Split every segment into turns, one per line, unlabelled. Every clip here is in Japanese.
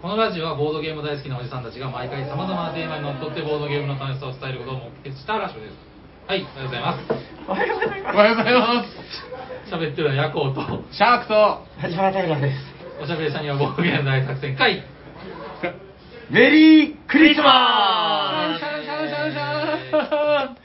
このラジオはボードゲーム大好きなおじさんたちが毎回様々なテーマにのっとってボードゲームの楽しさを伝えることを目的としたラジオです。はい、おはようございます。
おはようござい
お
ま
はようございます。
喋ってるのは夜行と、
シャークと、
す。田島平です。
おしゃべりしたにはボードゲーム大作戦会。
メリークリス
シャ
マ
ン
ス
シャンシャンシャンシャン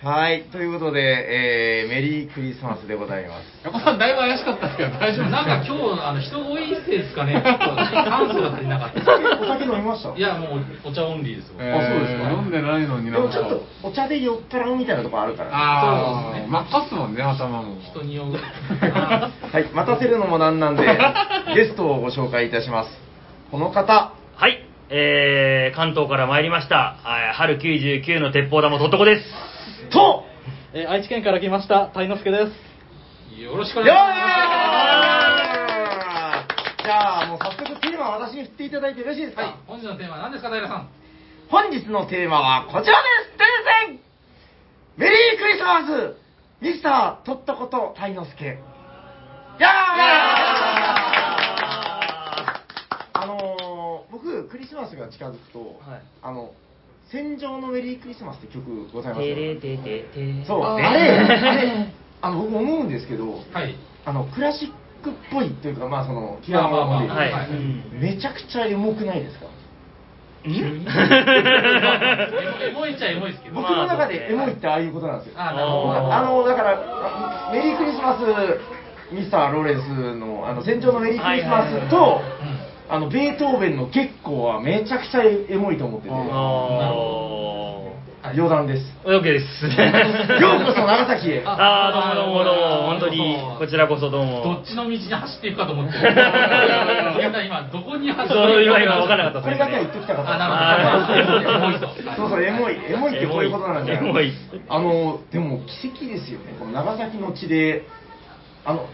はい、ということで、えー、メリークリスマスでございます。
横さんだいぶ怪しかったですけど、大丈夫です
なんか今日、あの、人が多いせいですかね。ちょっと炭素が足りなかった。
お酒飲みまし
いや、もうお茶オンリーですよ。
えー
あそうですか
飲んでないのに
で
なん
も
か。
ちょっとお茶で酔っ払うみたいなとこあるから。
あ
そう
あ、
ですね
真っ赤っすもんね、頭も。
人による。あ
はい、待たせるのもなん なんで、ゲストをご紹介いたします。この方、
はい、えー、関東から参りました、あー春99の鉄砲玉とっとこです。
と、
えー愛知県から来ました、たいのすけです。
よろしく
よ
お願
ー
いします。
じゃあ、もう早速テーマを私に振っていただいてよろしいですか、
はい、本日のテーマは何ですか、平さん。
本日のテーマはこちらです伝説メリークリスマスミスターとっとことたいのすけやあのー僕クリスマスが近づくと、
はい
あの「戦場のメリークリスマス」って曲ございます
てれ
よ
ててて。
そう
あ
あ
ー
れ あれあの僕思うんですけど
はい。
あのクラシックっぽいというかまあその極
まあまあまあ
ま
はい。
はい
うん
めちゃくちゃ重くないですか
エモいっちゃエモいですけど。
僕
ま
の中でエモいってああいうことなんですよ。
あ
あ
なるほど
のだからメリークリスマスミスターローレンスのあの戦場のメリークリスマスと
はいはいはい
うん
あのベートーベンの結構はめちゃくちゃエモいと思ってて
なる
お
はい
余談です。
ー。OK です。
ようこそ長崎へ。
あ
あー、どうもどうもどうも、
あー
本当に
どうも、
こちらこそど
ど
うも
っ。ちの道に走っていくかと思って。
いやいやいや
みんな今、どこに走
そう今今分からなか
こ
った
れだけは言っときたかった。
あなるほど
はいそう そうエモいエモいってこういうことなんじゃない
エモい
あのでも奇跡ですよねこの長崎の地であのは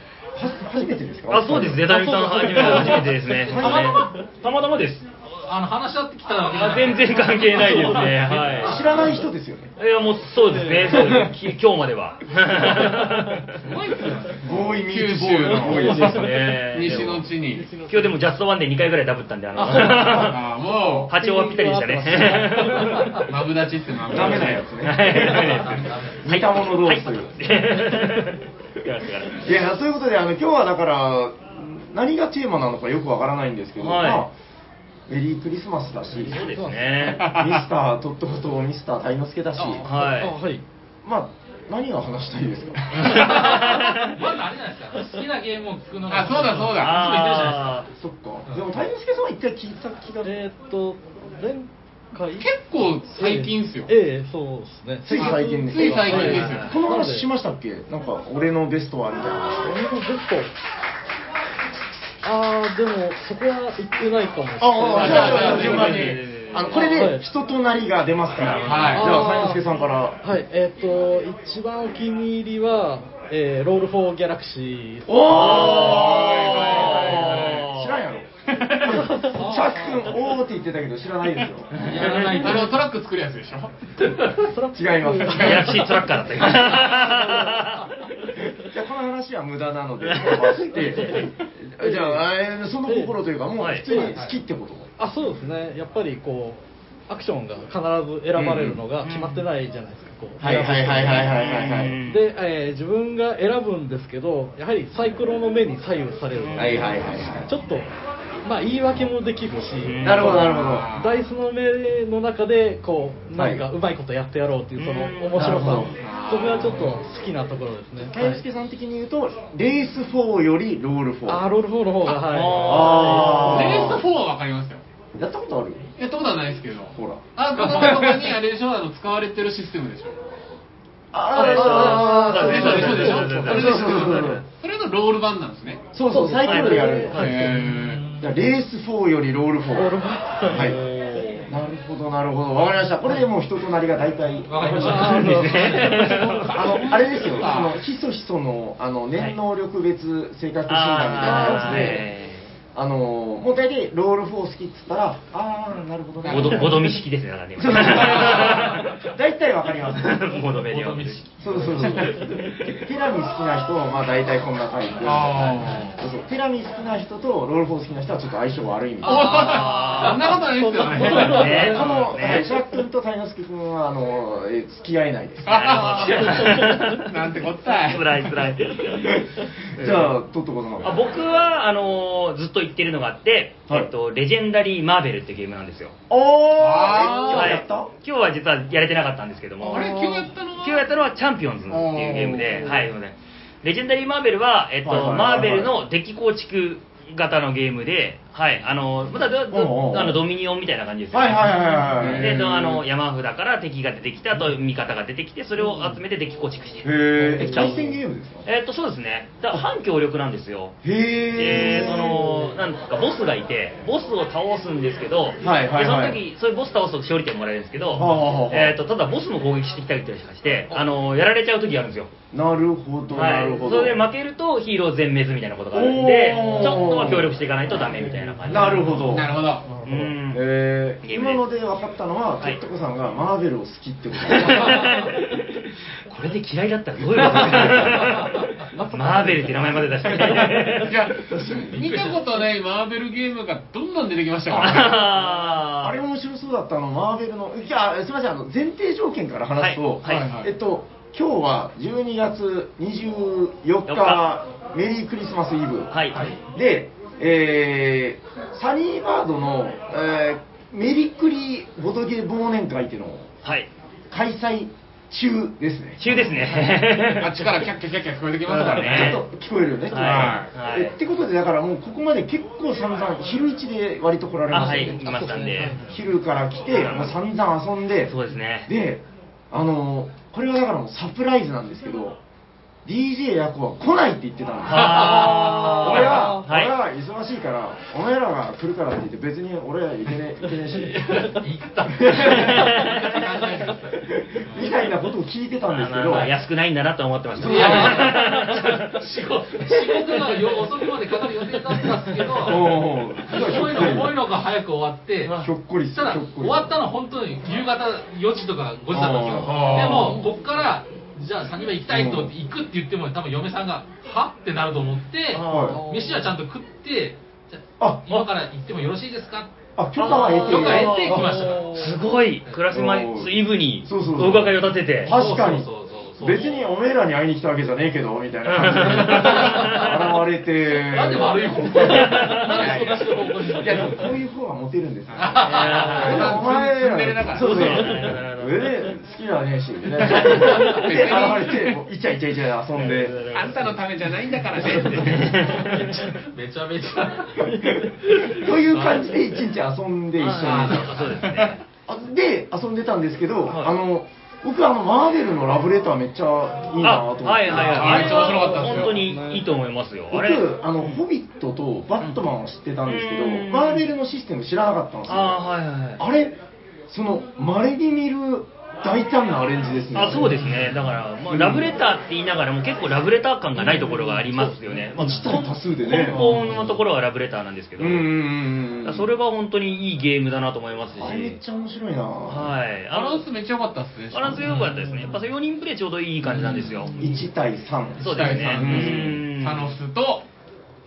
初めてですか
あ、そうですね、ダミさん初めて初めてですね。
たまたま
たまたまです。
あの、話し合ってきたわけじゃな
あ
い
全然関係ないですね、はい。
知らない人ですよね
いやもうそうですね、そうですね、き 今日まで は。
すごいですよね
ボーイミ
九
ーツボー
州
ル
の
ボーイミ
そう
ー
で
ツ
すね
西の地に。
今日でもジャストワンで2回ぐらいダブったんで、あ の、
ああ、も
波長はぴったりでしたね。
う、マブダチってマブダ
ダ
チ。
メなやつね
はい
似た者同士という
はい
いやということであの今日はだから何がテーマなのかよくわからないんですけど、
はい
まあメリークリスマスだし
そうですね。
ミスターとっとことミスター鯛之助だし
あ、
は
はい。
まあ何が話したいですか
まずあれじゃないですか。好きなゲームを聞くのが。
あ、そうだそう
い。
だ。
あ
そっかでも鯛之助さんは一回聞いた気が
えーっと、前回。
結構最近っすよ。
ええそうですね。
つい最近です
つい最近ですよ
はいこの話しましたっけなんか俺のベストはみたいな
俺のベスト。あー、でも、そこは行ってないかもしれない。
ああ、
あ
じゃあ、じゃあ、順番
いやいやいやい
に。
や
あの、これ
は
で
い
人となりが出ますから。
はい
じゃあ、
あー
三之助さんから。
はい、えーっと、一番お気に入りは、えーロールフォーギャラクシー。
お
はいはいはいはい
知らんやろ。シャーク君、おーって言ってたけど、知らないですよ。
やらない
あのトラック作るやつでしょ。
トラック
違います
あ。ギャラクシートラッカーだった今。
じゃあ、この話は無駄なので、飛ばして。じゃあ、えーその心というか、もう
はい
普通に好きってこと。
あ、そうですね。やっぱりこう、アクションが必ず選ばれるのが決まってないじゃないですか。こう
はいはいはいはいはいはいは
うん
い。
で、えー自分が選ぶんですけど、やはりサイクロの目に左右されるので、
はいはいはいはい
ちょっと、まあ、言い訳もできるし、
ん
なるほど、なるほど。
ダイスの目の中で、こう、なん
は
か
いう
まいことやってやろうっていう、その
うん
面白さ、
なるほど
そこがちょっと好きなところですね。
大輔さん的に言うと、レース4よりロール4。
あーロールフォーの方が、はい。
あー
レース4はわかりますよ。
やったことある
やったことはないですけど。
ほら。
あ、このとこにあれでしょ、あの使われてるシステムでしょ。
あ
ー
そうでしょ、そうでしょ。
そうそう
それのロール版なんですね。
そうそう、サイクルでやる。
はい
へ
じゃあレース4よりロール4。
ロールフォー
はい。なるほど、なるほど。わかりました。これでもう人となりが大体。
わかりまし
あー
た。
あの、あれですよ、その、ひそひその、あの、年能力別生活診断みたいなやつ
あー
で、ああのーもう大体ロール4好きっつったらああなるほどね
ごどごどみ式ですね、なんかね。
そうそうそう 大体わかります
ごどめり
ごどみ式
そうそうそうティラミ好きな人はまあ大体こんなタイプ
あ
そうそうティラミ好きな人とロール4好きな人はちょっと相性悪いみたいな
あーそんなことないですよ
こ
ね。
の、
ね
はいジャック君と谷之助君はあのえ付き合えないです。じ
あー
なんてこったい。
辛い辛い。
ゃあ、とっとこさん
あ僕は、あのーずっと言ってるのがあって、
はい
えっと、レジェンダリー・マーベルっていうゲームなんですよ。
おー、
あー
今
は
日
い
やった
今日は実はやれてなかったんですけども、
あれ、今日やったのは
今日やったのはチャンピオンズっていうゲームで、
おー
はい、すいませんレジェンダリー・マーベルは、えっと、
はいはいはいはい
マーベルのデッキ構築型のゲームで、はい、あの、まだどど
おうおう
あのドミニオンみたいな感じですよ
は
ね。
いはいはいはい。
で
へー
あの山札から敵が出てきたと味方が出てきてそれを集めてデッキ構築していく
へー、
できた
対戦ゲームですか
えっとそうですねだから反協力なんですよ
へー。
でそのなんですかボスがいてボスを倒すんですけど、
はいはいはい
でその時そういうボス倒すと勝利点もらえるんですけど
あ、あ
えー、とただボスも攻撃してきたりとかしてあのやられちゃう時があるんですよ
なるほど、
は
ないる、ほ
そ
ど。
れで負けるとヒーロー全滅みたいなことがあるんで
おー
ちょっとは協力していかないとダメみたいな感じ
なるほど。
なるほど。
どうん
えー、
ゲーム
今
です
ので分かったのは、
はい
とっとこさんがマーベルを好きってこと
これで嫌いだったらどういう ことマーベルって名前まで出して
いや、 見たことないマーベルゲームがどんどん出てきましたからね。
あ
あれ面白そうだった、あの、マーベルの、いや、すみません、あの、前提条件から話すと、
はいはい
はい
えっと、今日は12月24
四
日
日、
メリークリスマスイブ。
はい、はい、
で、えーサニーバードの、えーメリクリボドゲ忘年会っていうのを
はい、
開催中ですね。
中です
あ
ね
っちからキャッキャキャッキャ聞こえてきますから
ね
ち
ね。
ょっと聞こえるよね、
はい
聞こえる
はい
えってことで、だからもうここまで結構散々、昼一で割と来られ
あ
ま
は
し
い
たよ
い
ね、
ましたんで
昼から来て、もう散々遊んで、
そうですね
で、あのこれはだからもうサプライズなんですけど、DJ ヤコは来ないって言ってたんですよ。
あー
俺は、
はい
俺は忙しいから、お前らが来るからって言って、別に俺は行けねえ、行けねえし。みたいなことを聞いてたんですけ
まあ
ど、
まあ安くないんだなと思ってました
いや仕事仕事が夜遅くまでかかる予定だったんですけど、
おうおう
重いの重いのが早く終わって、
ひょっこり
したら
ひょっこ
終
り
わったのは本当に夕方4時とか5時だったんですよ。
あー
でもこっからじゃあサニバ行きたいと思って行くって言っても多分嫁さんがはってなると思って、
は
飯はちゃんと食って。じゃ
あ
あ今から行ってもよろしいですか
あ、許可は得て
許可
は
得てきましたから
すごいクラスマイスイブに
そうそうそう
動画がよ立てて
確かに
そうそうそうそう
別におめえらに会いに来たわけじゃねえけどみた いな感じで現れて
なんで悪い方向 になんでそんな人の方向に
いやでもこういう方がモテるんです よ
や
でもお前
ツンデレだから
らそうそう
なるほどなるほど
で好きじゃねえし みたいなで現れてもうイチャイチャイチャ遊んで
あんたのためじゃないんだからね。
めちゃめちゃ
という感じで一日遊んで一緒に
あーそうですね
あ で遊んでたんですけど、
はい
あの僕あのマーベルのラブレターめっちゃいいなと思って
あはいはいはいあ
めっ
れ
ちゃ面白かったん
は
ですよ
本当にいいと思いますよあ
僕
れ
あの、ホビットとバットマンを知ってたんですけど、
うん
マーベルのシステム知らなかったんですよ。
あーはいはいはい
あれ、その、稀に見る大胆なアレンジですね。
あそうですね、だから、まあ、ラブレターって言いながらも、結構ラブレター感がないところがありますよね、まあ、
一対多数でね
根本のところはラブレターなんですけ
う
ど、
んうんうんうん。
それは本当にいいゲームだなと思いますし、
あれめっちゃ面白いな、
はい、
バ
あ
ラン
の
スめっちゃ良かったっすね。
バランス良かったですね、やっぱ4人プレイちょうどいい感じなんですよ、
1対3。
そうですね、
対
う
3
ん
サノスと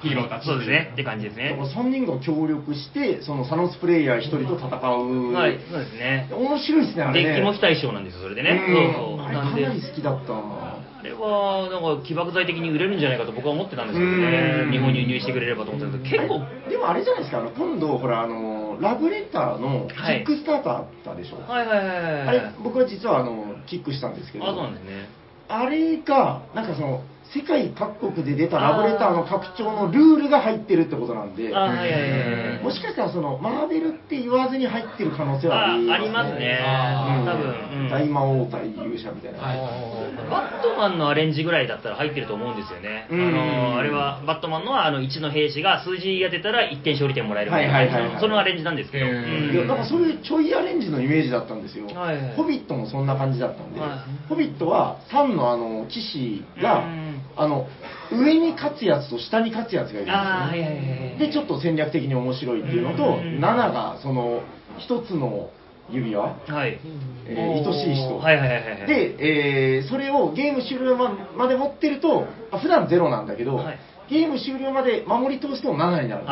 ヒーローたち。
そうですね、って感じです
だ
ね
か、ら3人が協力して、そのサノスプレイヤー1人と戦う。
はい、そうですね、
面白いですね、あれね。
デッキも非対称なんですよ、それでね、
うん
そうそう、
あれ
な
か
ん
な
で。
り好きだったな
あれはなんか起爆剤的に売れるんじゃないかと僕は思ってたんですけど
う
ね
ん、
日本に輸入してくれればと思ったんですけど、結構
あれでもあれじゃないですかあの今度ほらあのラブレターのキ
はい
ックスターターあったでしょ、
はいはいはいはい。
あれ僕は実はあのキックしたんですけど
あ、そうなんですね。
あれがなんかその世界各国で出たラブレターの拡張のルールが入ってるってことなんで
あ、はいはいはいはい。
もしかしたらそのマーベルって言わずに入ってる可能性は
あ
ありますね
ありますね
あ。
多
うん大
分。
魔王対勇者みたいな、
うんバットマンのアレンジぐらいだったら入ってると思うんですよね。あ
うん
のあれはバットマンのあの1の兵士が数字が出たら1点勝利点もらえるみ
は
た
いはいはいはい
そのアレンジなんですけど。
へー
いやなんかそう
う
いうちょいアレンジのイメージだったんですよ、
はいはい
ホビットもそんな感じだったんで、
はい
ホビットは3のあの騎士が
うん
あの、上に勝つやつと下に勝つやつがいるんですよね、
ああ、はいはいはい。
でちょっと戦略的に面白いっていうのと、
うん
7がその一つの指輪、
と、はい。
えー愛しい人、
はいはいはいはい。、
で、えーそれをゲーム終了ままで持ってるとあ普段ゼロなんだけど、
はい
ゲーム終了まで守り通しても7になるん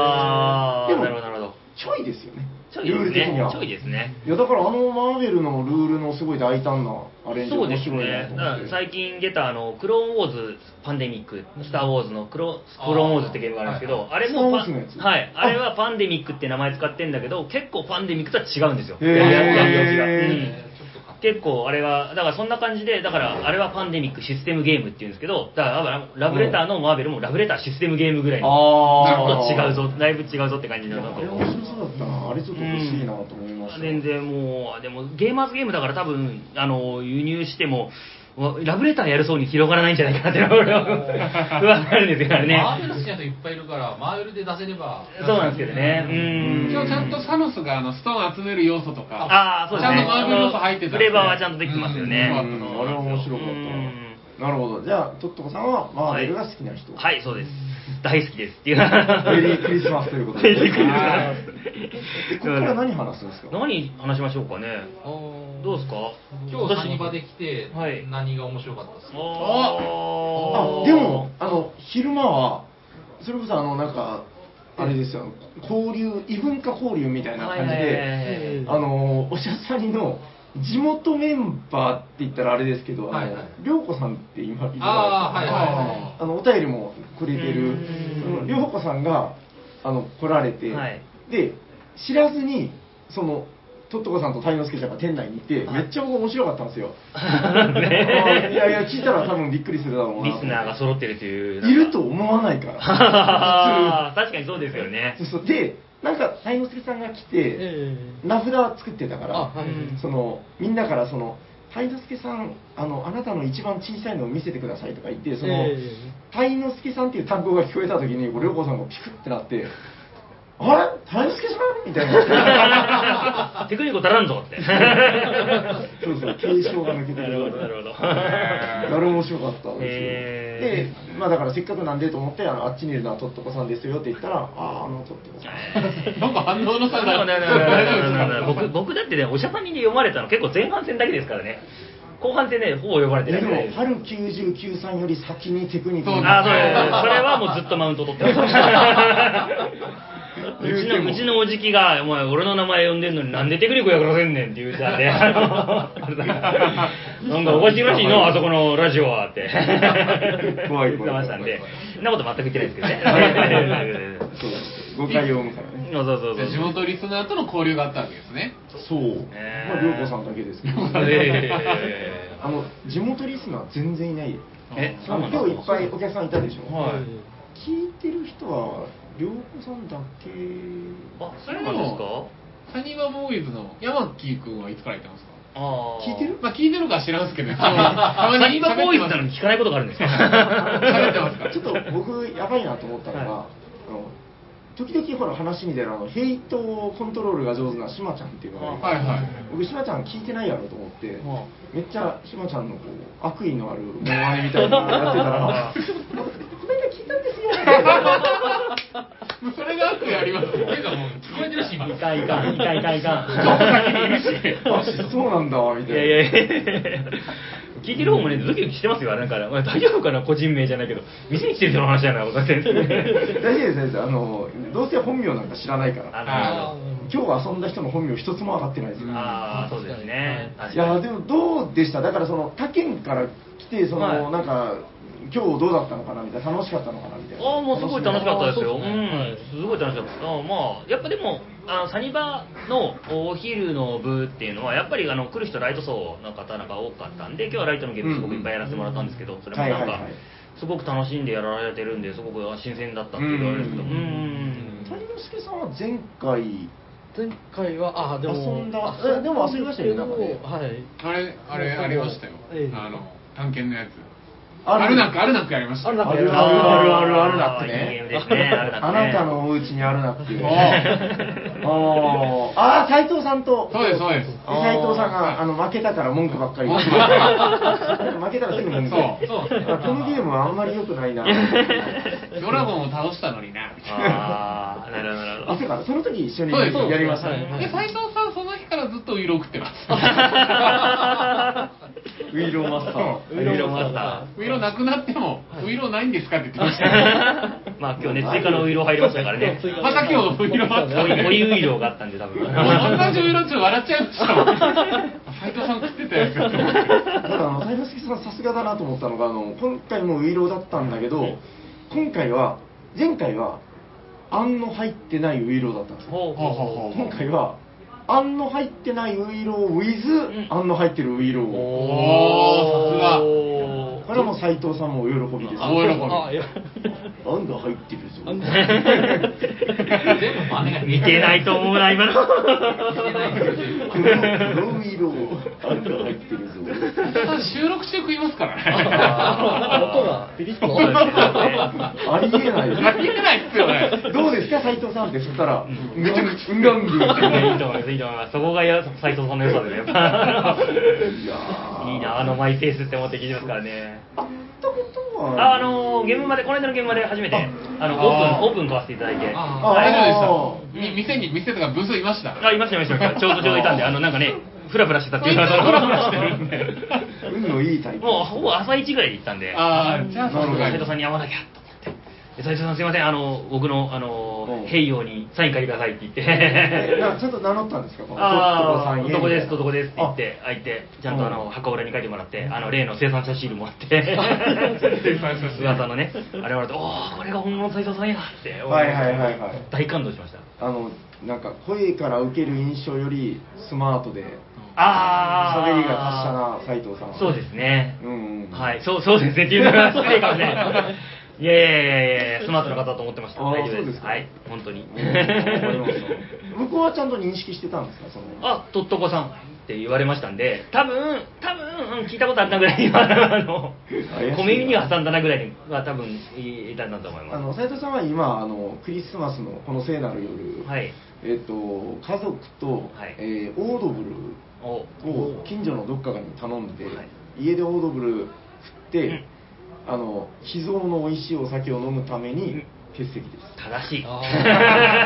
あ
で
ー、
も
なるほどなるほど。
ですよちょいですよね
ちょいで
ルー
す
ル的に
ね
は。
ちょいですね。
いやだからあのマーベルのルールのすごい大胆なアレンジ
そう
面
です
白いな
ね
と。
だ
思っ
か
て
ら最近出たあの、クローンウォーズパンデミック、スターウォーズのクロクローンウォーズってゲームがあるんですけど、
あ
あれもパ
スターウォーズのやつ
はい、あれはパンデミックって名前使ってんだけど、結構パンデミックとは違うんですよ。
へー
やるやつがうん
えーちょっと買って
結構あれは、だからそんな感じで、だからあれはパンデミックシステムゲームっていうんですけど、だからラブレターのマーベルもラブレターシステムゲームぐらいの、ち
あ
ょっと違う
っ
ぞ、だいぶ違うぞって感じ
い
だ
や
な
あ
と
れ。面白そうだったなあれちょっと欲しいなと思いました、
全然もう、でもゲーマーズゲームだから多分、あの、輸入しても、わラブレターやるそうに広がらないんじゃないかなって、俺は 不安があるんですから
マーベル好
ね。
きな人いっぱいいるから、マーベルで出せれば、
そうなんですけどね。うん。
一応ちゃんとサノスがあのストーン集める要素とか、
ああ、そうですね。
ちゃんとマーベル要素入ってたんで
フレーバーはちゃんとできてますよね。
うん、あれは面白かった
うん
な。なるほど。じゃあ、トットコさんはマーベルが好きな人。
はい、そうです。大好きです。っていう。
メリークリスマスということで。
メリークリスマ
え
ス。
ここから何話すんですか
何話しましょうかね。どうですか
今日サニバで来て
はい、
何が面白かったですか
あ、でも、あの、昼間は、それこそあの、なんか、あれですよ、交流、異文化交流みたいな感じで、
で
あの、おしゃさりの、地元メンバーって言ったらあれですけど、あ
はい
の
はい、
りょうこさんって今、いるじゃ
あー
ない
は
で
い
す
は
か
いはい。
あのお便りもくれてる
うん
その涼子さんがあの来られて、
はい
で知らずにそのとっとこさんと太之助ちゃんが店内にいて、めっちゃ面白かったんですよあ ーいやいや聞いたら多分びっくりするだろうな
リスナーが揃ってるという。
い ると思わないから
あー確かにそうですよ ね
普。通そうそうでなんか太之助さんが来て、
え
名札を作ってたから、
あはい
そのみんなからその「鯛之助さんあのあなたの一番小さいのを見せてください」とか言ってその
ええ
「鯛之助さん」っていう単語が聞こえた時にこう涼子さんがピクってなっ て「あれ鯛之助さん?」みたい な
テクニック足らんぞって。
そうそう継承が抜けて
なるほど、なるほど。
あれ面白かったんですよ、
へー
で、まあ、だからせっかくなんでと思ってあのあっちにいるのはとっとこさんですよって言ったら「あああのとっとこさん」
なんか反応の差が。
僕僕だってね、おしゃさんに読まれたの結構前半戦だけですからね。後半戦ね、ほぼ読まれて
で
ないぐらい
も
です。
春99さんより先にテクニック
そう
あーそうですそれはもうずっとマウント取ってますうち
言うても
のうちのおじきが「お前俺の名前呼んでんのになんでテクニックやからせんねん」って言うて たんであのあれだなんかおかしいらしいのあそこのラジオは」って
怖い怖い怖い
言ってましたんでそんなこと全く言ってないですけどね
そう誤解を生むからね。
そうそうそう
じゃあ地元リスナーとの交流があったわけですね。
そう。
ね
まあ、りょうこさんだけですけど。
いやいやいやいや
あの、地元リスナー全然いないよ。
え
あの今日いっぱいお客さんいたでしょ。
はい
聞いてる人は、りょうこさんだけ。
あそうなんですか
サニバボーイズのヤマッキー君はいつからいてますか
あー
聞いてる
まあ聞いてるか知らんすけど、一応た
サニバボーイズ
喋
なのに
って
聞かないことがあるんですか
喋ってますから
ちょっと僕、やばいなと思ったのが、
は
あの、時々ほら話に出るあの、ヘイトコントロールが上手なしまちゃんっていうのがいる
ますはいはい。
僕しまちゃん聞いてないやろと思って、
は
めっちゃしまちゃんのこう悪意のあるモノマネみたいなのをやってたらこの間聞いたんですよ
それが悪意ありますよ。
ていうかもう、聞こえてるし、今。
いかんいかんいかんいかんいかん
あそうなんだみ
い
たいな
やいやいや聞いてる方もね、ドキドキしてますよ、なんか、まあ大丈夫かな、個人名じゃないけど、店に来てる人の話じゃない、僕は全然。
大丈夫です先生あのどうせ本名なんか知らないから
あ
今日遊んだ人の本名一つも上がってないですよ
のあー、そうですね。確
い
か
や
に
でもどうでしただからその他県から来てその、
はい
なんか今日どうだったのかなみたいな楽しかったのかなみたいな
ああ、もうすごい楽しかったですよ。う
楽しみだ
ん、すごい楽しかったです。あーまあ、やっぱでも、あのサニバのお昼の部っていうのは、やっぱりあの来る人、ライト層の方なんか多かったんで、今日はライトのゲームすごくいっぱいやらせてもらったんですけど、それもなん
はいは
か
いはい、
すごく楽しんでやられてるんで、すごく新鮮だったっていうのはあれですけど、
う
うんん。
谷之助さんは前回
前回はあでも
遊んだえでも遊びましたよね
けど
なんかね
は
あ
い
れ、あれ、ありましたよ。
ええ
あの、探検のやつ。アルナック、アルナックやりました。
アルナック
あるあるあるあるなってね
いいゲームですねある
あ
なってね
なたのお家にあるなっていう。
お
あーあー、斎藤さんと。
そうです、そうです。
で斉藤さんがあの負けたから文句ばっかり言って負けたらすぐ文句
そう
そうですね
あこのゲームはあんまり良くないな
ドラゴンを倒したのにな、みたい
あーなるほどなるほ
あ
ど
そうかその時一緒に
そうです
やりました
は
な。
い
ね
で、斎藤さん、その日からずっと色食ってます。
ウィーローマスター
ウィローマスター
ウイロなくなっても、ウイロないんですかって言ってました。
まあ今日ね追加のウイロ入りましたからね
追加
また今日ウイロマスター
追いウイロがあったんで多分
同じウイロ中笑っちゃいましたもん。斎藤さん食ってたやつだと思っ
た
て。
だあの斉藤さんさすがだなと思ったのがあの今回もウィーローだったんだけど今回は前回はあんの入ってないウィーローだったんですよ
ほうほうほ
ほうほう
今回はあんの入ってないウィーロー with
ん
あんの入ってるウィーロー
う
を
おーさすが
おー
これはもう斉藤さんもお喜びです
あ大喜び
あいや
あんが入ってるぞ。
全部真似が
似てないと思うな今の
黒色、あんが入ってるぞ。
収録中食いますから
あ
ね。
音がピリッと
そうですよね
ありえない
ありえないっすよね。
どうですか、斉藤さんって、そしたら、めちゃくちゃ、うんがんぐんって
いい
ね。
と思います、いいと思います。そこがや斉藤さんの良さですね、やっぱ。
いやー
いいな、あのマイペースって持ってきてますからね。
あったことは。
あ、あのー、現場まで、この間の現場で初めて、あの、
あー
オープン、オープン買わせていただいて。
あ
あ
あれ
はい
どうでしたみ店に、店とかブースいました
あ、いました、いましたいました、ちょうどちょうどいたんで、あの、なんかね、フラフラしてたっていうか、
フラフラしてるんで
運のいいタイプ。
もう、ほぼ朝一ぐらいに行ったんで、
ああ、じゃあ、
なるほど
斉藤さんに会わなきゃと思って。で斉藤さんすいません、あの、僕の、あ
う
の
ん
ー、平洋にサイン書いてくださいって 言って。
えなちゃんと名乗ったんですか、この
ああ、
トットコさんへみたい
男
な
です、男ですって言って、開いて、ちゃんとあの、箱裏に書いてもらって、あの、例の生産者シールもら って、
生産者シール
噂のね、あれもらって、おお、これが本物の斉藤さんやって、
はいはいはいはい
大感動しました。
あの、なんか、声から受ける印象より、スマートで。
ああ、
喋りが達者な斉藤さん。
そうですね。
うんうん
はい、そう、そうですねっていうのが失礼かも ね。いやいやいやいやいや、スマートな方だと思ってました。
あー
大丈
そう
夫
で
ですす。
か
はい、本当に。
向こうはちゃんと認識してたんですかその
あ、とっとこさんって言われましたんで、多分多分うん聞いたことあるなぐらい今、あの
怪しいな、
小耳には挟んだなぐらいには多分いたんだと思い
あ
ま
の斉藤さんは今あのクリスマスのこの聖なる夜、
はい
えっと家族と、
はい
えーオードブ
す。お
ルを近所のどっかに頼んで、
はい
家でオードブル振って、
うん
あの秘蔵の美味しいお酒を飲むため
う
に
ん
欠席です。
正しい
あ。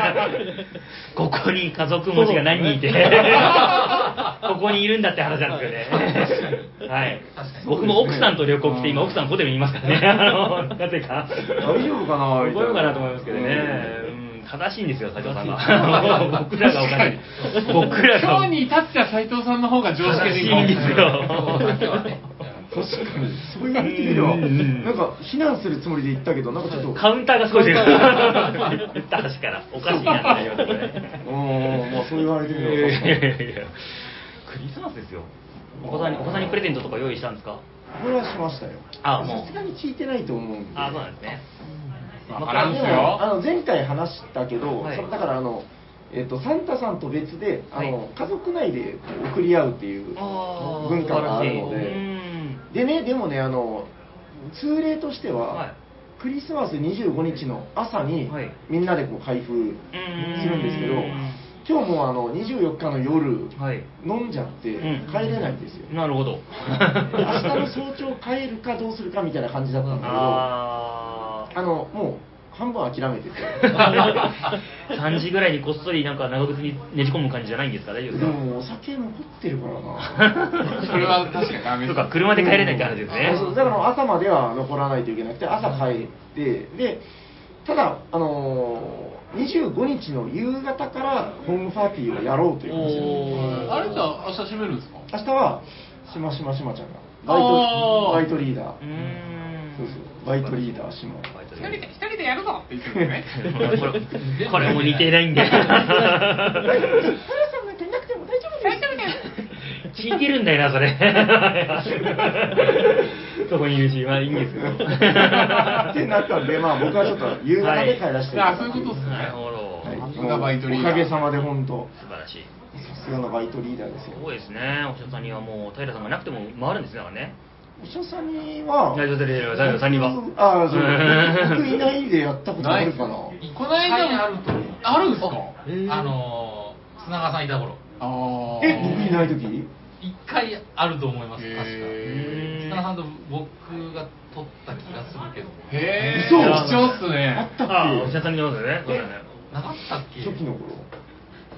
ここに家族持ちが何人いて、ここにいるんだって話なんですよね。はい。僕も奥さんと旅行来て、今奥さんホテルにいますからね。あの、なぜか。
大丈夫かな
大
みたいな
丈夫かなと思いますけどね。うん正しいんですよ、斉藤さんが。 僕らがおかしい。僕らが。
今日に至っては斎藤さんの方が常識的
いいんです
そうだけはね
よ。
確かにそう言われてみれば
うんうんうん
なんか非難するつもりで行ったけどなんかちょっと
カウンターが少し出る。 言った端から、おかしいなってなりました
う
ね。
ーんまあそう言われ
い
てみ
や
れば
い
確かに
やいやクリスマスですよ。お子さんに、お子さんにプレゼントとか用意したんですか。
これはしましたよ
あもう
さすがに聞いてないと思うんで
あ、そうなんですね。
わからんっす
でもあ
よ。
の前回話したけど、
はい
そのだからあの、えっとサンタさんと別であの、
はい
家族内で送り合うっていう
あー
文化があるの
素晴らし
で
いうん
でねでもねあの通例としては、
はい
クリスマス25日の朝に、
はい
みんなでこう開封するんですけど
うん
今日もうあの24日の夜、
はい
飲んじゃって
うん
帰れないんですよ、
なるほど。
で明日の早朝帰るかどうするかみたいな感じだったんだけど
あ
あのもう半分諦めてて
ー3時ぐらいにこっそりなんか長靴にねじ込む感じじゃないんですか大丈
で
夫ですか
もお酒残ってるからな
それは確かにダメで
そ
す。
うか、車で帰れないって話ですね
あ。 そうだから朝までは残らないといけなくて朝帰ってでただあのー25日の夕方からホームパーティーをやろうという話に
おー
あれじゃあ明日閉めるんですか
明日はしましましまちゃんが
あー
バイトバイトリーダー
うーん
そうそうバイトリーダーしま
バイト
一
リ
人で
ー
一人でやるぞって言ってるんですね。
ダーこれこれも似てないんだよ。
さんなんかいなくても大丈夫です
聞いてるんだよな、それ。そこにいるし、まあいいんですけど。
ってなったんで、まあ、僕はちょっと夕方で帰らせていただ
あそういうことですね
なるほど。
はい
さすがバイトリーダー
おかげさまで本当、
素晴らしい。
さすがのバイトリーダーです
す
よ。
ごいですね。お医者さんにはもう、平さんがなくても回るんですね、あれね。
おしゃさには
大丈夫大丈夫大丈夫三人は
ああそう
うん
僕いないでやったことあるかな
この間も
あると思う
あるんすか
えー
あのー砂川さんいた頃
あー
え僕いない時
一回あると思います確か
へ
砂川さんと僕が撮った気がするけど
へえ
嘘
貴重っす
あ
ね
ったっ
あお医
け
者さんに飲んでねそうだよね
なかったっけ
初期の頃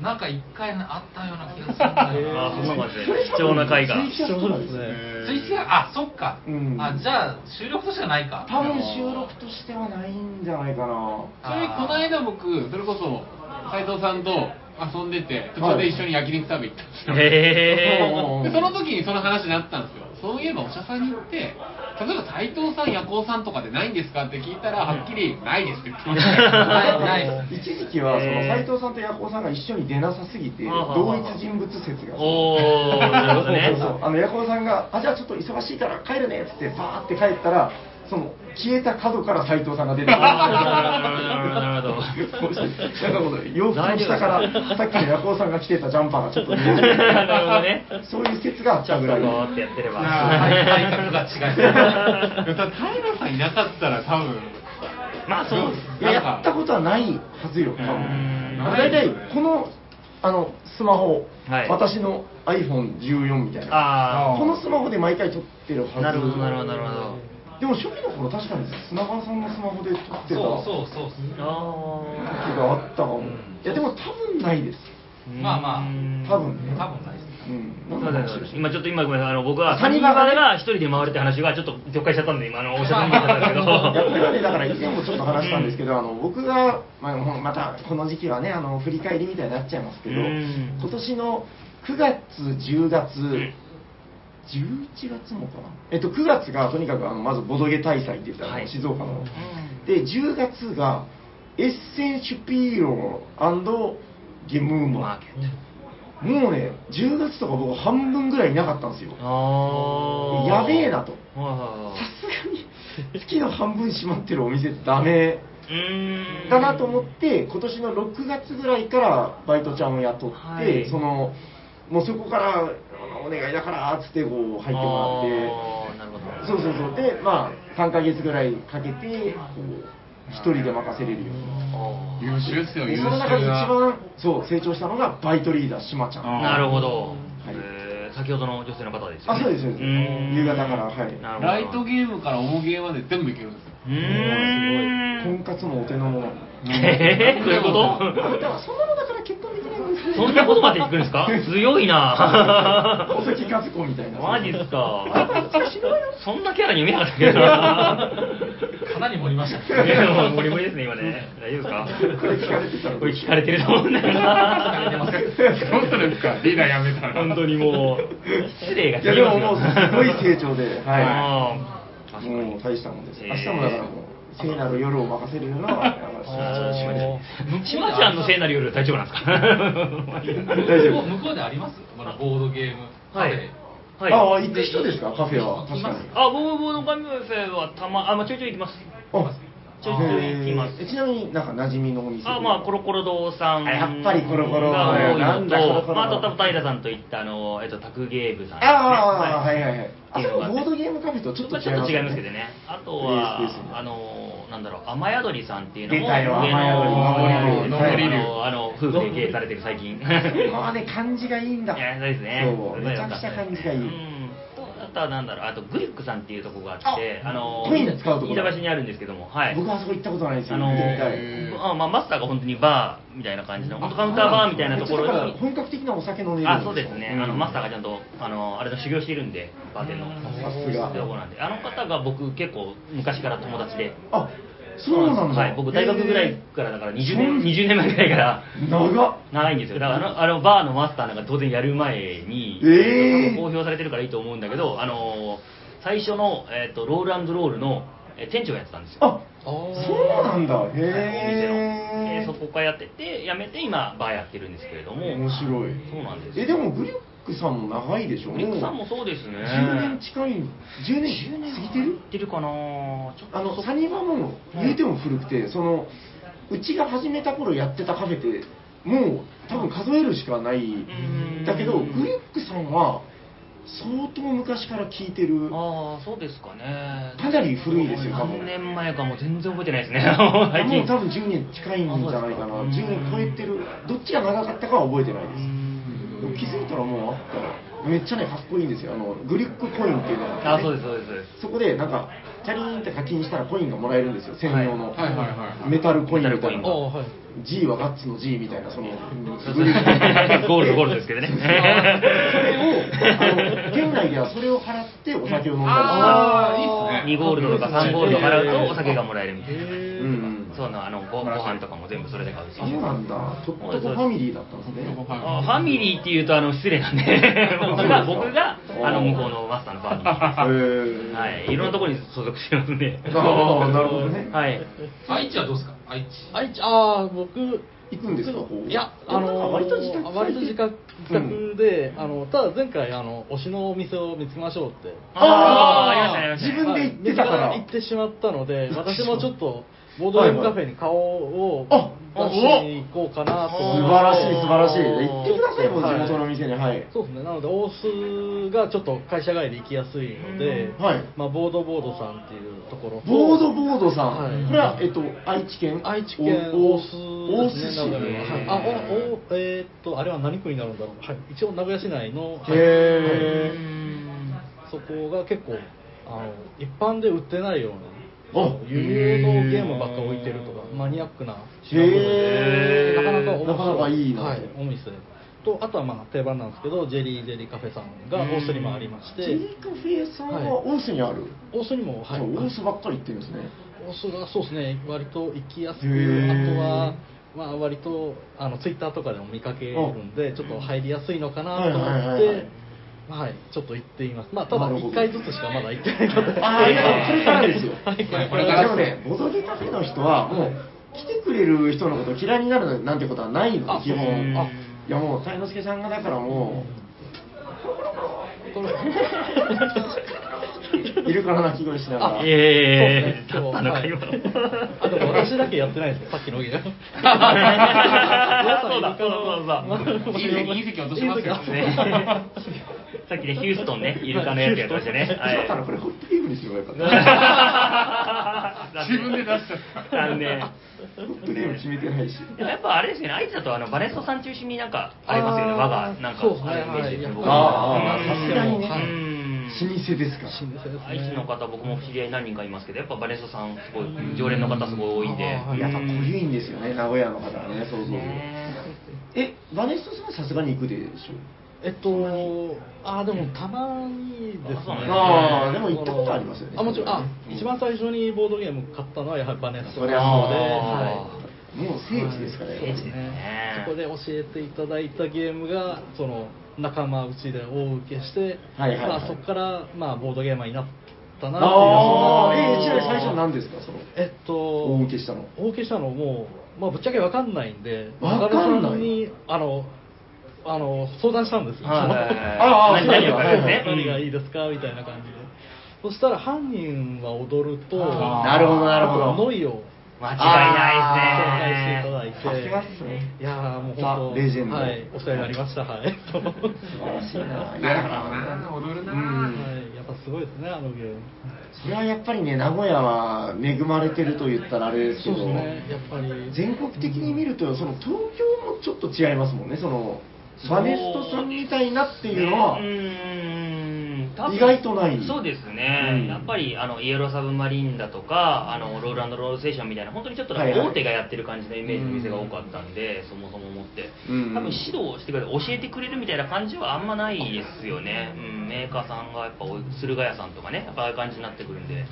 なんか一回あったような気がするんだよ
あ
な
ーそんな感じで貴重な回が
ツイキャスとかですね
ツイキャあそっか、
うん
あじゃあ収録としてはないか
多分収録としてはないんじゃないかな
それこの間僕それこそ斉藤さんと遊んでて途中で一緒に焼肉食べ行ったんですよ、
へー
うん
でその時にその話になったんですよそういえばお医者さんに行って例えば斎藤さん夜行さんとかでないんですかって聞いたらはっきり「ないです」って言ってましたよ
ないない っす
一時期はその
へー
斉藤さんとヤコウさんが一緒に出なさすぎて
はあはあ
同
はあ
一人物説が
おおなるほど
そ
ね
うそうそうあのヤコウさんが「あじゃあちょっと忙しいから帰るね」っつってバーって帰ったらその消えた角から斉藤さんが出てくる
あーなるほどなるほど
なんかこの洋服の下からさっきのヤコウさんが着てたジャンパーがちょっと見える
なるほどね
そういう説があっ
ちょ
た
っ
ぐ
と
らい
こうってやってれば
はい体格が違います
でも多分平さんいなかったら多分
まあそうです
いややったことはないはずよ、多
うん
分大体、このあのスマホ、
はい
私の iPhone14 みたいな、
あ
このスマホで毎回撮ってるは
あ
ず
なるほどなるほどなるほど
でも初期の頃確かに砂川さんのスマホで撮ってた
そう
時
そうそうそう
あ
があったかも、いや、でも多分ないです、
ー
まあまあ
うん
多分ね、
多分ないです
うん、
す
ないん
ま
かも
せん
しれない
今ちょっと今ごめんなさいあの僕は
サニ
谷
バが
バ
ね
でが一人で回るって話がちょっと業界しちゃったん で今あのお医者さんになっちゃったんですけど
いやこれはねだから以前もちょっと話したんですけど、あの僕が、まあ、ほんまたこの時期はねあの振り返りみたいになっちゃいますけど、
うん
今年の9月10月、
ん
11月もかな、えっと、9月がとにかくあのまずボドゲ大祭って言ったら、
はい
静岡の、で10月がエッセンシュピーロゲムー
マ
マ
ーケット
もうね10月とか僕半分ぐらいいなかったんですよ
ああ
やべえなと
は
さすがに月の半分閉まってるお店ダメ
いはいはいうーん
だなと思って今年の6月ぐらいからバイトちゃんを雇って、
はい
そのもうそこからあのお願いだからっつってこう入ってもら
あーなるほど
ってそうそうそうでまあ3ヶ月ぐらいかけてこう一人で任せれるように
あ
優秀っすよ
で
優秀
そ
な
の中で一番そう成長したのがバイトリーダーしまちゃん
ー
あ
なるほど、
はい
えー先ほどの女性の方ですよね
あそうですそうです
ーん
夕方からはい
なるほど
ライトゲームから重ゲーまで全部いけるんですよ
うーん
とんかつもお手の物
えー、どういうこ
あだ
と
からそんなのだから結婚できないんですね
そんなことまでいくんです か強いな
小関和子みたいな
マジっす
あ
か
いつ 死ぬわよ
そんなキャラに見えなかった けどな
かなり盛りました
い
ね
やもう無理無理ですね今ね大丈夫ですか
これ聞かれてたら
これ聞かれてると思うんだよな
どうするんですかリーダーやめたら
本当にもう失礼が
いやでももうすごい成長で、は
あー確
い、
かに
もう大したもんです。
えー
明日もだからもう聖なる夜を任せるような
あ
話。
ーしまちゃんのせいなる夜大丈夫なんですか
大丈夫。
向こうでありますまだボードゲーム
はいはい
ああ行く人ですかカフェは確かに。
あボーボーのカミューフェはたまあまあちょいちょい行きます
あ
ちょいちょい行きます
えーえちなみになんか馴染みのお店。
あまあコロコロ堂さん
あやっぱりコロコロ
が多い
な
の
ん
と
だコロコロ
まああと多分平さんといったあのえっと卓ゲー部さんですね
ああはいはいはい。あそこ
はい
ボードゲームカフェとちょっと
まあちょっと違いますけどね。あとは
ベースですね
あのなんだろう雨宿りさんっていうのも
出たよ
上の
雨宿り
上
上り竜
のあのあの夫婦で経営されてる最近。
まあね感じがいいんだ。
いやそうですね
そうめちゃくちゃ感じがいい。
うんとあとはなんだろうあとグリックさんっていうとこがあって
あ
あの
コインで使うとこ
飯
だ
田橋にあるんですけどもはい
僕はあそこ行ったことないです
あ
よ。
の
絶対
あまあマスターが本当にバーみたいな感じの本当カウンターバーみたいなとこ
だから
ろに
本格的なお酒の値
あそうですね、あのマスターがち
ゃ
ゃんとあのあれの修行しているんでバーテンの
さすが
そうなんであの方が僕結構昔から友達で
あそうなんだ、
はい、僕大学ぐらいからだから20年 ,20 年前ぐらいから
長っ
長いんですよだからあのあのバーのマスターなんか当然やる前に、
えー
公表されてるからいいと思うんだけどあの最初の、えー、とロールロールの、えー店長がやってたんですよ
あそうなんだ
お店の
へえ
でそこからやっててやめて今バーやってるんですけれども
面白い
そうなんです
えでもグリュックさんも長いでしょ
ミックさんも
う
そうですね
10年近い10年過ぎてる
行ってるかなちょっと
あの
そ
サニバも言うても古くてそのうちが始めた頃やってたカフェってもう多分数えるしかない
ん
だけどグリュックさんは相当昔から聞いてる
ああそうですかね
かなり古いですよ多分
何年前かもう全然覚えてないで すね
あ
最
もう
近
多 分10年近いんじゃないかな
あそうですか
10年超えてるどっちが長かったかは覚えてないで
う
す
ん
でも気づいたらもうあっためっちゃねかっこいいんですよあのグリュックコインっていうのがってね
あそうですそうですそうです
そこでなんかチャリーンって課金したらコインがもらえるんですよ専用の、
はいはいはいはい
メタルコインみたい
メタル
な
コイン
あはい
G はガッツの G みたいなその
そうですゴールドゴールドですけどね
それをあの店内ではそれを払ってお酒を飲んだりした
あーいいっすね
2ゴールドとか3ゴールド払うとお酒がもらえるみたいな
うんうん
そうなのあのごご飯とかも全部それで買うし
そうなんだとっとこファミリーだったんですね
あファミリーっていうとあの失礼 なんで僕が僕があの向こうのマスターのバー
へ
に
え
はいいろんなところに所属してますんで
ああなるほどね
はい
愛知はどうですか愛知。
愛知ああ僕
行くんですかこう
いやあの
割と自宅
割と自宅自宅で、あのただ前回あの推しのお店を見つけましょうって
あーありましたありました
自分で行ってたか
は
ら
い自分が行ってしまったので私もちょっとボードゲームカフェに顔を出
あ
しに行こうかなと
素
思って
晴らしい素晴らしい行ってくださいもう
はい
地元の店にはい
そうですねなので大須がちょっと会社帰り行きやすいので、
はい
まあ、ボードボードさんっていうところと
ボードボードさん、
はい
これは、えっと、愛知県
愛知県大
お大
須
須
ですね
市
名古屋
へー
ははい、あおおえーっとあれは何区になるんだろう、はい、一応名古屋市内の、はい
へ
は
ー
いそこが結構あの一般で売ってないような
あ
有料のゲームばっか置いてるとかマニアックな品物
へ
でな
ー
かなか面白い
なかなかいいな
はい、お店とあとはまあ定番なんですけどジェリージェリーカフェさんが大須にもありまし
ジ
て
ェリーカフェさんは
はい
大須にある、
大須にもはい
じゃあ大須ばっかり行ってるんですね、
おそらそうですね割と行きやすく
へー
あとはまあ割とあのツイッターとかでも見かけるんでちょっと入りやすいのかなと思
はいは
っ
いはいはい
てはいちょっと行っていますまあた
な
だ
るほど
1回ずつしかまだ行ってないので
ああいやこれからですよ
はい
これ
こ
か
れ
ら
でも ねボドゲカフェの人はもう来てくれる人のことを嫌いになるなんてことはないの
あ
基
そう
本
あ
いやもう鯛之助さんがだからも
これ
ういるから鳴き声しながら
ええ
そ
だ
う
った
で
の
す
か
ね
今の
今日はいあでも私だけやってないですねさっきの ゲーム
そ うだそうだそうだ
皆さんいるかな
隕石落としますよ
隕石
ねさっきねヒューストンねイルカのやつやってましたね
だったら
は
これホットゲームにすればよかった
い
自分で出しちゃった
残念
ホットゲーム決めてないし
でもやっぱあれですよね、愛知だとあのバネストさん中心になんかありますよね、
あー
和がなんか
そうですね
あるイメージですね、僕
あ
は
ー
い
あー
う
さ
ん
すがにね
はい
うん
老舗ですから
新鮮ですね
愛知の方、僕も知り合い何人かいますけど、やっぱバネストさん、すごい常連の方、すごい多いんで、
あーはい
やっぱ濃いんですよね名古屋の方はねそうそうそう
ね
えバネストさんはさすがに行くでしょ
えっと、あーでもたまにですね
あそうなんですね。
あーでも行ったことありますよね
あもちろん、あ、
うん
一番最初にボードゲーム買ったのはやはりバネッサ
そ
で、
りゃそうだ
は
もう
い。
聖地ですから
はい
聖地
そう
ですね
そこで教えていただいたゲームがその仲間内で大受けして、
はいはいはい
まあそこからまあボードゲーマーになったなっていう。
ああえーちなみ
そんな
に最初何ですかその
えっと、
大受けしたの
大受けしたのもう、まあ、ぶっちゃけわかんないんで、
わかんない
中野さんにあのあの相談したんですよ、
はいはいはい
ああ
何がいい
はいはいはい
ですか何がいいですかみたいな感じで、そしたら犯人は踊ると、
あ
なるほどなるほど
ノイを
間違
紹介していただい
さ
いないですね。
すがっ
て、
すね
いやーもう本当、
ザレジェンド
はい、お世話になりました、はい。
素晴らしいない
な
や
るほどな踊るな
うん
はい、やっぱすごいですね、あのゲーム。
それはやっぱりね名古屋は恵まれてると言ったらあれですけ
そうで
ど
すね、やっぱり。
全国的に見るとその東京もちょっと違いますもんねそのマネストさんみたいなっていうのは
うーん多分
意外とない
そうですね、
うん
やっぱりあのイエローサブマリンだとかあのロールロールステーションみたいな本当にちょっとなん
はい
か
はい
大手がやってる感じのイメージの店が多かったんで、そもそも思って、
うん
多分指導してくれて教えてくれるみたいな感じはあんまないですよね、うん、メーカーさんがやっぱ多い駿河屋さんとかねやっぱああいう感じになってくるんで。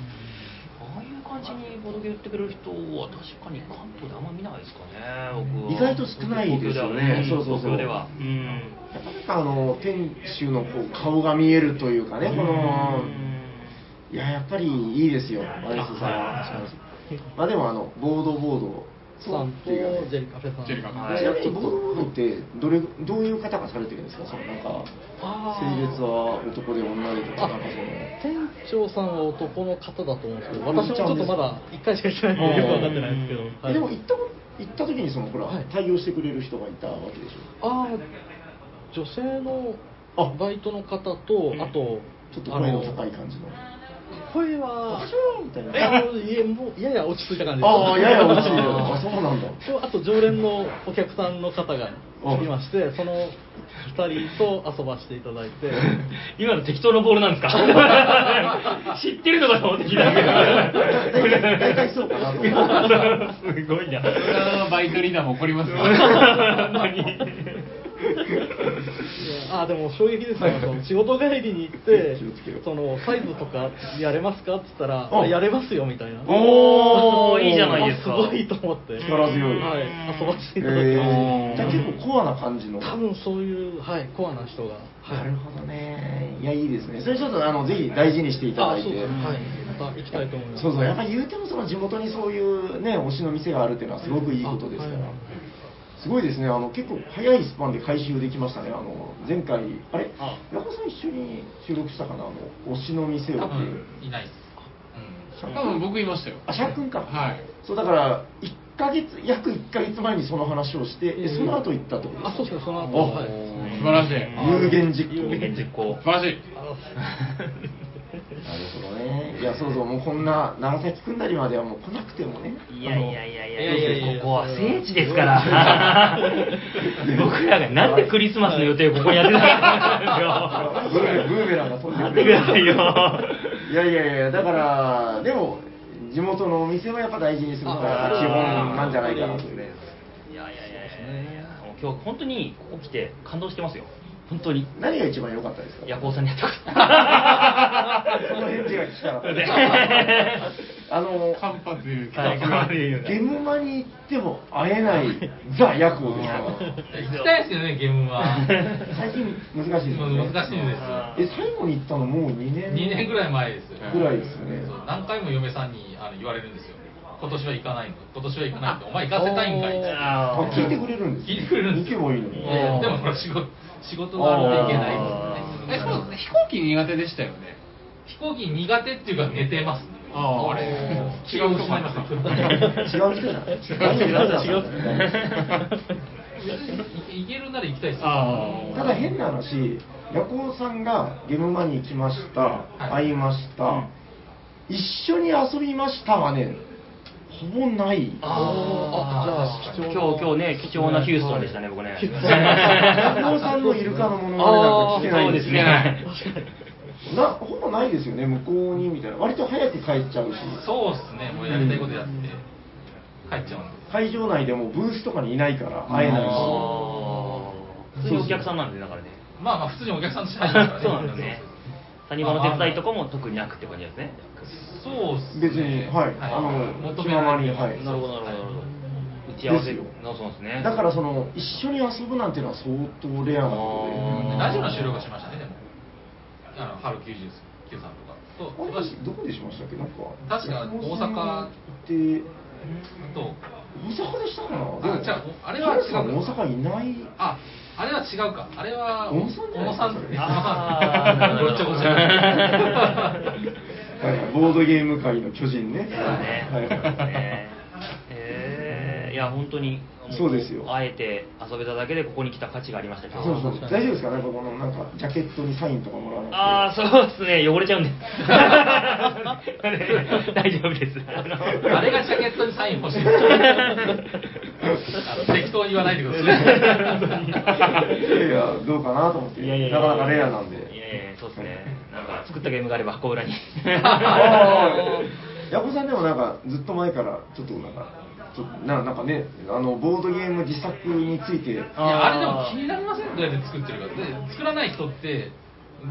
ああいう感じにボドゲ売ってくれる人は確かに関東であんま見ないですかね、僕は。
意外と少ないですよねそうそう
東京ではん
そう
東京では。うん
なかなかあの店主のこう顔が見えるというかねこのいややっぱりいいですよマネストさんはまあでもあのボードボード
さんと
っていうかね
ジェリカフェさん。
ジェリカフェ
はい
ちなみにボードボードってどれどういう方がされてるんですかそのなんか
あ
性
ー
別は男で女でとか
あ
なんかその
店長さんは男の方だと思うんですけど、私もちょっとまだ1回しか行ってないんで、よく分かってないんですけど、
えでも
はい
行ったこ行った時にそのほら、
はい
対応してくれる人がいたわけでしょ
ああ、女性の
あ
バイトの方と、
ん
あと
ちょっと声の高い
あ
感じの。
声は
私はみたいな
えあのいえもうやや落ち着いた感じです
ああ、やや落ちる。あ、
あ
そうなんだ。
とあと常連のお客さんの方がいましてその2人と遊ばしていただ いて
今の適当なボールなんですか知ってるのかと思って聞いたんですけど
大体そうかなと 思って。
すごいな
それはバイトリーダーも怒りますよ。
いやあでも衝撃ですねその仕事帰りに行って
気をつけよう
そのサイズとかやれますかって言ったら
あ
あやれますよみたいな
お
おーいいじゃないです
す
か
ごいと思って
力強い
はい、遊ばせ
え
ていただきました、
ーじゃあ結構コアな感じの。
多分そういう、はい、コアな人が、はい、
なるほどね。いや、いいですね。それちょっと、あの、ぜひ大事にしていただいて。
あそうですねはいまた行きたいと思います
そうそう、やっぱ言うても、その地元にそういうね、推しの店があるっていうのは、すごくいいことですから
はい。
すごいですね。あの、結構早いスパンで回収できましたね。あの、前回、あれ、
あ
矢子さん一緒に収録したかな、あの、推しの店を
多
っていう
分。いないです、
多分僕いましたよ。
あ、シャックンか。
はい。
そう、だから、一ヶ月、約一ヶ月前にその話をして、えその後行ったってことですか
あそうそうその後
あ
はい
素晴らしい。
有言実行。
有言実行
素晴らしい。
なるほどね。いや、そうそう、もうこんな長崎くんだりまではもう来なくてもね。
いやいやいやいや
いやいやいや
ここは聖地ですから。僕らがなんでクリスマスの予定をここにやって
ブ
たんですよ。
ーブーメランが飛んで
待ってくださいよ。
いやいやいや、だから、でも、地元のお店はやっぱ大事にするから
あ、
基本なんじゃないかなというね。
いやいやいやいやいや、もう今日本当にここ来て感動してますよ。本当に。
何が一番良かったですか
夜行さんにやってます。
その返事が聞きたかった。あの、
カンパという企
はい
画
頑
が
張れよ
ゲームマに行っても会えないザ・ヤコウですから。
うん、行きたいですよねゲームは
最近難しいですよね。
難しいです
え、最後に行ったのもう2年
2年ぐらい前ですよ
ぐらいですよね。
そう何回も嫁さんにあの言われるんですよ今年は行かないの今年は行かないのお前行かせたいんかいって
あ、
あ
聞いてくれるんです
聞いてくれるんです
行け
よ
ばいいのに。
いやいやでもほら仕事仕事があるといけないですよ
え、
ね
そ
そうう
飛行機苦手でしたよね。
飛行機苦手っていうか寝てますね
あー
あれ
違
違
う
う
人
人か
かな
な
違 う人じゃない
違う
違
違
う
行けるなら行きたいですよ
あ
ただ変な話ヤコウさんがゲームマに来ました、会いました、一緒に遊びましたはねほぼない
あ
あ
あ
じゃあ貴
今
重な
日今日ね貴重なヒューストンでしたね僕 ね。
ヤコウさんのイルカのものまねなんか聞けない
そうですね。
なほぼないですよね向こうにみたいな割と早く帰っちゃうし
そうっすねもうやりたいことやって帰っちゃうんで
会場内でもブースとかにいないから会えないし
あー普通にお客さんなんでだからね。
まあまあ普通にお客さんとして入ってます
そう
か
な
ら
ん
ね
ですね。サニバの手伝いとかも特になくって感じですね。
そうっすね
別にはいあの
求められ
気ままにはいなるほ
どなるほど。打ち合わ
です
せ
よ
のそうですね。
だからその一緒に遊ぶなんていうのは相当レアなことで
あー
ラジオの収録はしましたねでもあの春99さんとかと
あれ
私
どこでしましたっけなんか
確か大阪
行って
と
大阪でしたかな
あじゃあおあれは
違うさん
違う
大阪いない
ああれは違うかあれは
小野さんじゃな
小
い
野さんですね小野
あーな
さん
るほど
ごっちゃごちゃ
はいはいボードゲーム界の巨人ね
そうだね。
はいはい
ねえーいや本当にも
そうですよ
あえて遊べただけでここに来た価値がありましたけど。
そうそう大丈夫ですかなんかこのなんかジャケットにサインとかもらわなくて
ああ、そうですね、汚れちゃうんで。 大丈夫です。あの
あれがジャケットにサイン欲しいですあの適当に言わないでください
いやいやどうかなと思って
いやいやいや
なかなかレアなんで
いやいや、そうですね。なんか作ったゲームがあれば箱裏に。
あーヤコさんでもなんかずっと前からちょっとなんかちょっとななんかねあのボードゲーム自作について
いやあれでも気になりませんどうやって作ってるかで作らない人って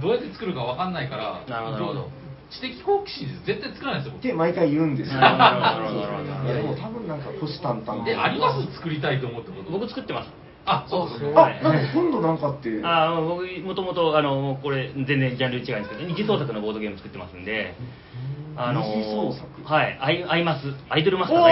どうやって作るかわかんないから
なるほどなるほど
う知的好奇心で絶対作らないですよ
っ
僕
て毎回言うんですよ。い
なるほどなるほどなるほど
やでも多分なんか虎視眈々
えあります作りたいと思ってこと
僕作ってます。
あそうそうそう
あ、なんか今度なんかって。
ああ、僕、もともと、あの、これ、全然ジャンル違うんですけど、二次創作のボードゲーム作ってますんで。あの
二次創作
はい、アイ、アイマス、アイドルマスター大好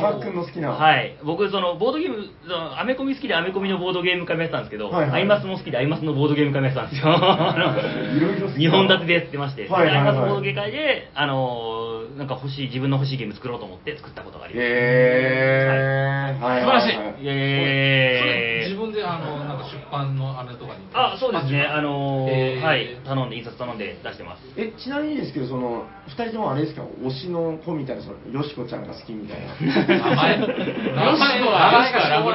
お
な
ー
ん
シ
で
ャークンの好きな。
はい、僕、そのボードゲーム、そのアメコミ好きでアメコミのボードゲーム化もやってたんですけど、
はいはい
アイマスも好きでアイマスのボードゲーム化もやってたんですよ。あ
いろいろ好
の
き
日本立てでやってまして、
はいはいはい
アイマスボードゲーム会で、あのーなんか欲しい、自分の欲しいゲーム作ろうと思って作ったことがあります。
へー。はいはいはい
素晴らしい。イ
それ
エーイ
自分であのなんか出版のあれとかに
あ、そうですね。あのー
えー
はい、頼んで印刷頼んで出してます。
えちなみにですけどその2人ともあれですか推しの子みたいなそのよしこちゃんが好きみたい
名
な
前名前名前がしょうが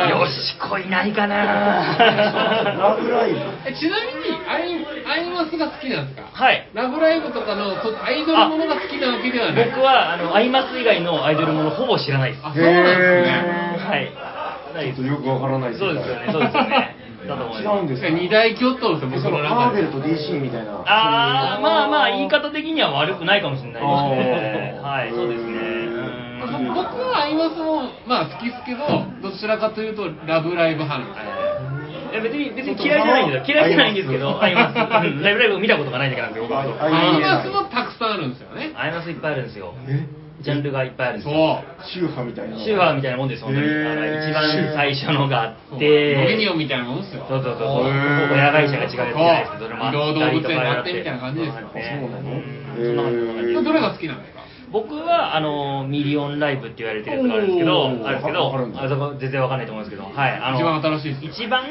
ない
よしこいないか
ラ
な。
ブライブ
えちなみにアイアイマスが好きなんですか
はい。
ラブライブとかのそアイドルものが好きなわけではない
僕はあのアイマス以外のアイドルものほぼ知らないです。
あ
は
そうなんですね
へー
い。
ちょっ
ないです
と。よくわからない世
そう
界
ですよね。そうですよね。だと思います
違うんですか
二大巨頭です
え
よ僕
その
の
マ
中
ーベ
で
ルと DC みたいな
あーまあまあ言い方的には悪くないかもしれないですね。
あー
はい、そうですね。
まあ
うん
僕はアイマスもまあ好きですけどどちらかというとラブライブ派なんです
いや別に別に嫌いじゃないんですよ嫌いじゃないんですけど、
あ
あ
り
り
ま
ますす。うんライブライブを見たことがないだけなんですよ、僕は。
あ
ア
あいい
イ
ね
マスもたくさんあるんですよね
アイマスいっぱいあるんですよ。
え
ジャンルがいっぱいあるんで
そ
す
う
よ。
宗派みたいな
シューファーみたいなもんです、本当に。
へ
あ
ー
の一番最初のがあ
そう
っ
ドミ
て
ニ、オンみたいなもんですよ
そうそうそうそう、
へー
親会社が違うやつじゃないですけど、それもあったりと
移動動
か
物園があってみたいな感じですよ
そうなの
うんそんな感じ、
へ
そんな感じ
ー
どれが好きなんで すか
僕はあのミリオンライブって言われてるやつがあるんですけ
おー
ど、あるんですけ
わかるん
ど、
だ
あそこ全然わかんないと思うんですけど、はい、あの
一番新しいです
一番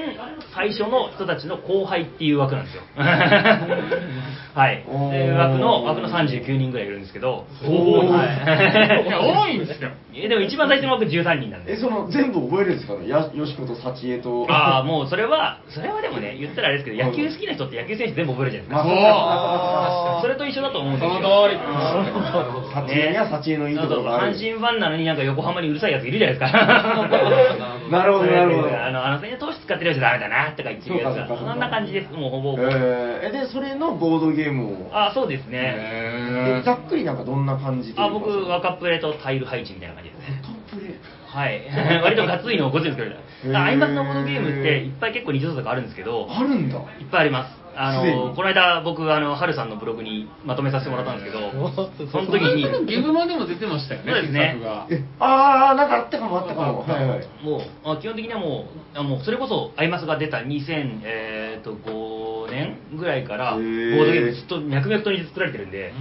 最初の人たちの後輩っていう枠なん ですよ。はい、
おー
で枠の枠の39人ぐらいいるんですけど、
おー
はい
い や多いんですよ
えでも一番最初の枠13人なん
え
で。
その全部覚えるんですかねやよしこと幸恵と
ああもうそれはそれはでもね言ったらあれですけど野球好きな人って野球選手全部覚えるじゃないです
ま
か
あ
そ
あ
う
それと一緒だと思うん
そ
ですよ
の通り
幸恵には幸恵のいいところがある
そうそう阪神ファンなのになんか横浜にうるさいやついるじゃないです か
なるほどなるほど
あのあの選手投手使ってるやつダメだなとか言ってるや
そう
つ
かそうかそうか
がそんな感じですもうほぼ、
えー、でそれのボードゲームを
あそうですね
えざっくりなんかどんな感じというか
あ僕若プレとタイル配置みたいな感じですね
カップレ
はい 割とガツいのをご存知ですけど
へー
アイマスのボードゲームっていっぱい結構日常とかあるんですけど
あるんだ
いっぱいありますあ
すでに
のこの間僕あの春さんのブログにまとめさせてもらったんですけ
へ
ど
ー
その
こ
時
の
に
間のゲブマでも出てましたよね
そうですね
新作が
えああなんかあったかもあったかもはいはい
もうあ基本的にはもうあもうそれこそアイマスが出た2005年ぐらいから
へ
ボ
ー
ードゲームずっと脈々と作られてるんで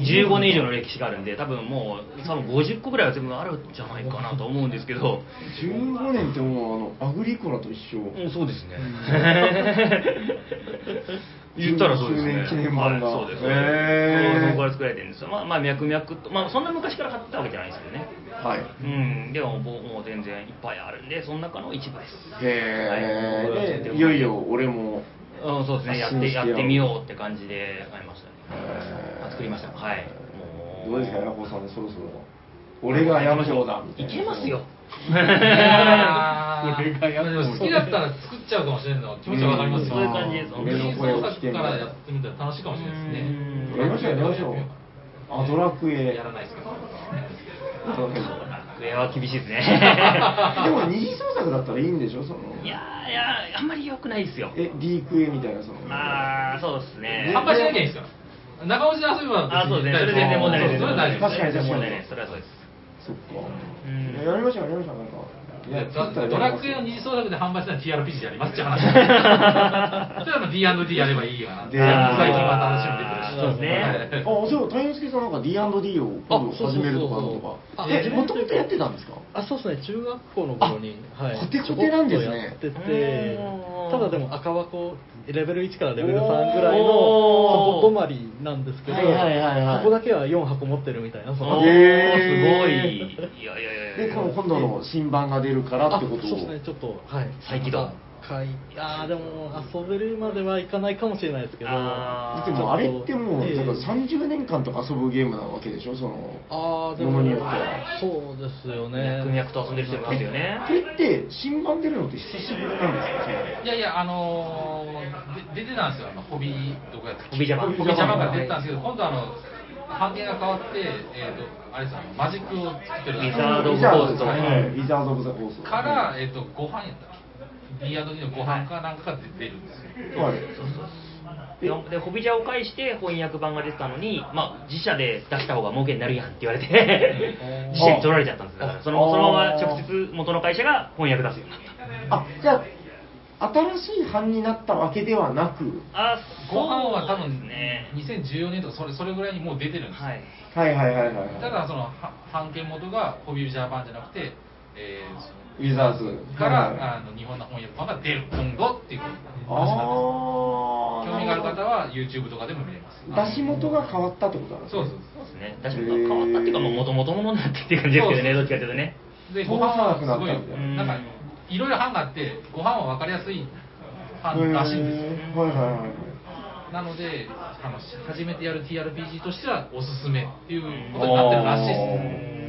15年以上の歴史があるんで多分もう多分50個ぐらいは全部あるんじゃないかなと思うんですけど
15年ってもうあのアグリコラと一緒
うんそうですね 言ったらそうですね
10年記念版が
はい、そうですね
へー
そこから作られてるんですよまあまあ脈々とまあそんな昔から買ってたわけじゃないですけどね
はい
うんでももうもう全然いっぱいあるんでその中の一部です
へえ、
はい
でいよいよ俺も
うん、そうですね、やっ
発信
て
してや
や
ろう
ってみようって感じで買いましたね。
へー
作りました。はい。
どうですかヤラホーさんそろそろ俺がヤマホーだみたい
い
な
けますよ。
やー
俺がやる
でも好きだったら作っちゃうかもしれないの気持ちはわかりますよ
そういう感じです
僕
俺の声を聞けみ
か
た
ら
い
や
な
ってみたら楽しいかもしれないですね
うん
やりましょうやりましょうあドラクエ
やらないですけど
ドラクエ
上は厳しい ですね。
でも二次創作だったらいいんでしょその
いやー、いやーあんまり良くないですよ。
え D クエみたいなその
あー、そうですね。
販売しなきゃいいんですから中落ちで遊べば
あー、そうですね。それ全然問題ないです。
それは大丈夫
確かに確かに
問題ないです。それはそうです。
そっか
うん
いややりましょうやりましょうなんかいや作ったらやり
ド
ましょ
ラ
う
クエの二次創作で販売したら TRPG やりますって話そしたら D&D やればいいよなって
で
最近は楽しみ出てるし
あーそうですね
あ、そう、谷之助さんなんか D&D を今度始めるとかなんとか。
あそうそうそうそうあ
え、もともとやってたんですか
あそうですね中学校の頃に
あ
はい
コテコテなんですね
ちょこっとやって
う
て
ーん
ただでも赤箱レベル1からレベル3ぐらいの
おー
箱止まりなんですけど
は
そ
いはいはいはい
こだけは4箱持ってるみたいなそ
お
の
ー、
へー
すごい。いやいやいやいや。
で、この今度の新版が出るからってこと
あ
を。
そうですねちょっとはい
再起動
また買いあーでも遊べるまではいかないかもしれないですけど
あー
でもあれってもう、
ええ
だから30年間とか遊ぶゲームなわけでしょ、その。
あーで
も
も
のによっては
そうですよね
脈々と遊んでる人いますよね。
これって、新版出るのって久しぶりなんですか
いやいや、あのー、で出てたんですよ、あのホビーどこやったっけ
ホビージャパン
ホビージャパンが出てたんですけど、今度あの、版権が変わって、えっ、と、あれですよあのマジックを作ってる
ウィザードオブ
ウィ
コ
ザー
ース
ド
ト
ですねはい。ウィザード・オブ・ザ・コースト。
から、えっ、と、ご飯やったっけ ?D&D のご飯かなんかが出るんですよ。
はい。
で、ホビジャを介して翻訳版が出てたのに、まあ、自社で出した方が儲けになるやんって言われて、自社に取られちゃったんですだからそのそのまま直接元の会社が翻訳出すようにな
あ、
った。
じゃあ、新しい版になったわけではなく、
あ
ご飯は多
そうで
分
すね。
2014年とかそれそれぐらいにもう出てるんですよ。
はい。
はいはいはいはいはい。
ただそのは版権元がホビージャパンじゃなくて、えーその
ウィザーズ
から、あ
はい
の日本の翻訳版が出る今後っていう話になってます
あー
興味がある方
な
は YouTube とかでも見れます
ほど出し元が変わったってことだ
そううそう
そうですね。確かに変わったってい
へ
うか、
ー
もともとものになってっていう感じですけ
そうそう
どね、どっちかというとね。
で、
通
ご
さ
飯
な
は
く
す
なっ
ごい
たんだ、
なんか、いろいろ班があって、ご飯は分かりやすい班らしいんですよ。
はいはいはいはい
なので、あの初めてやる TRPG としてはおすすめっていうことになって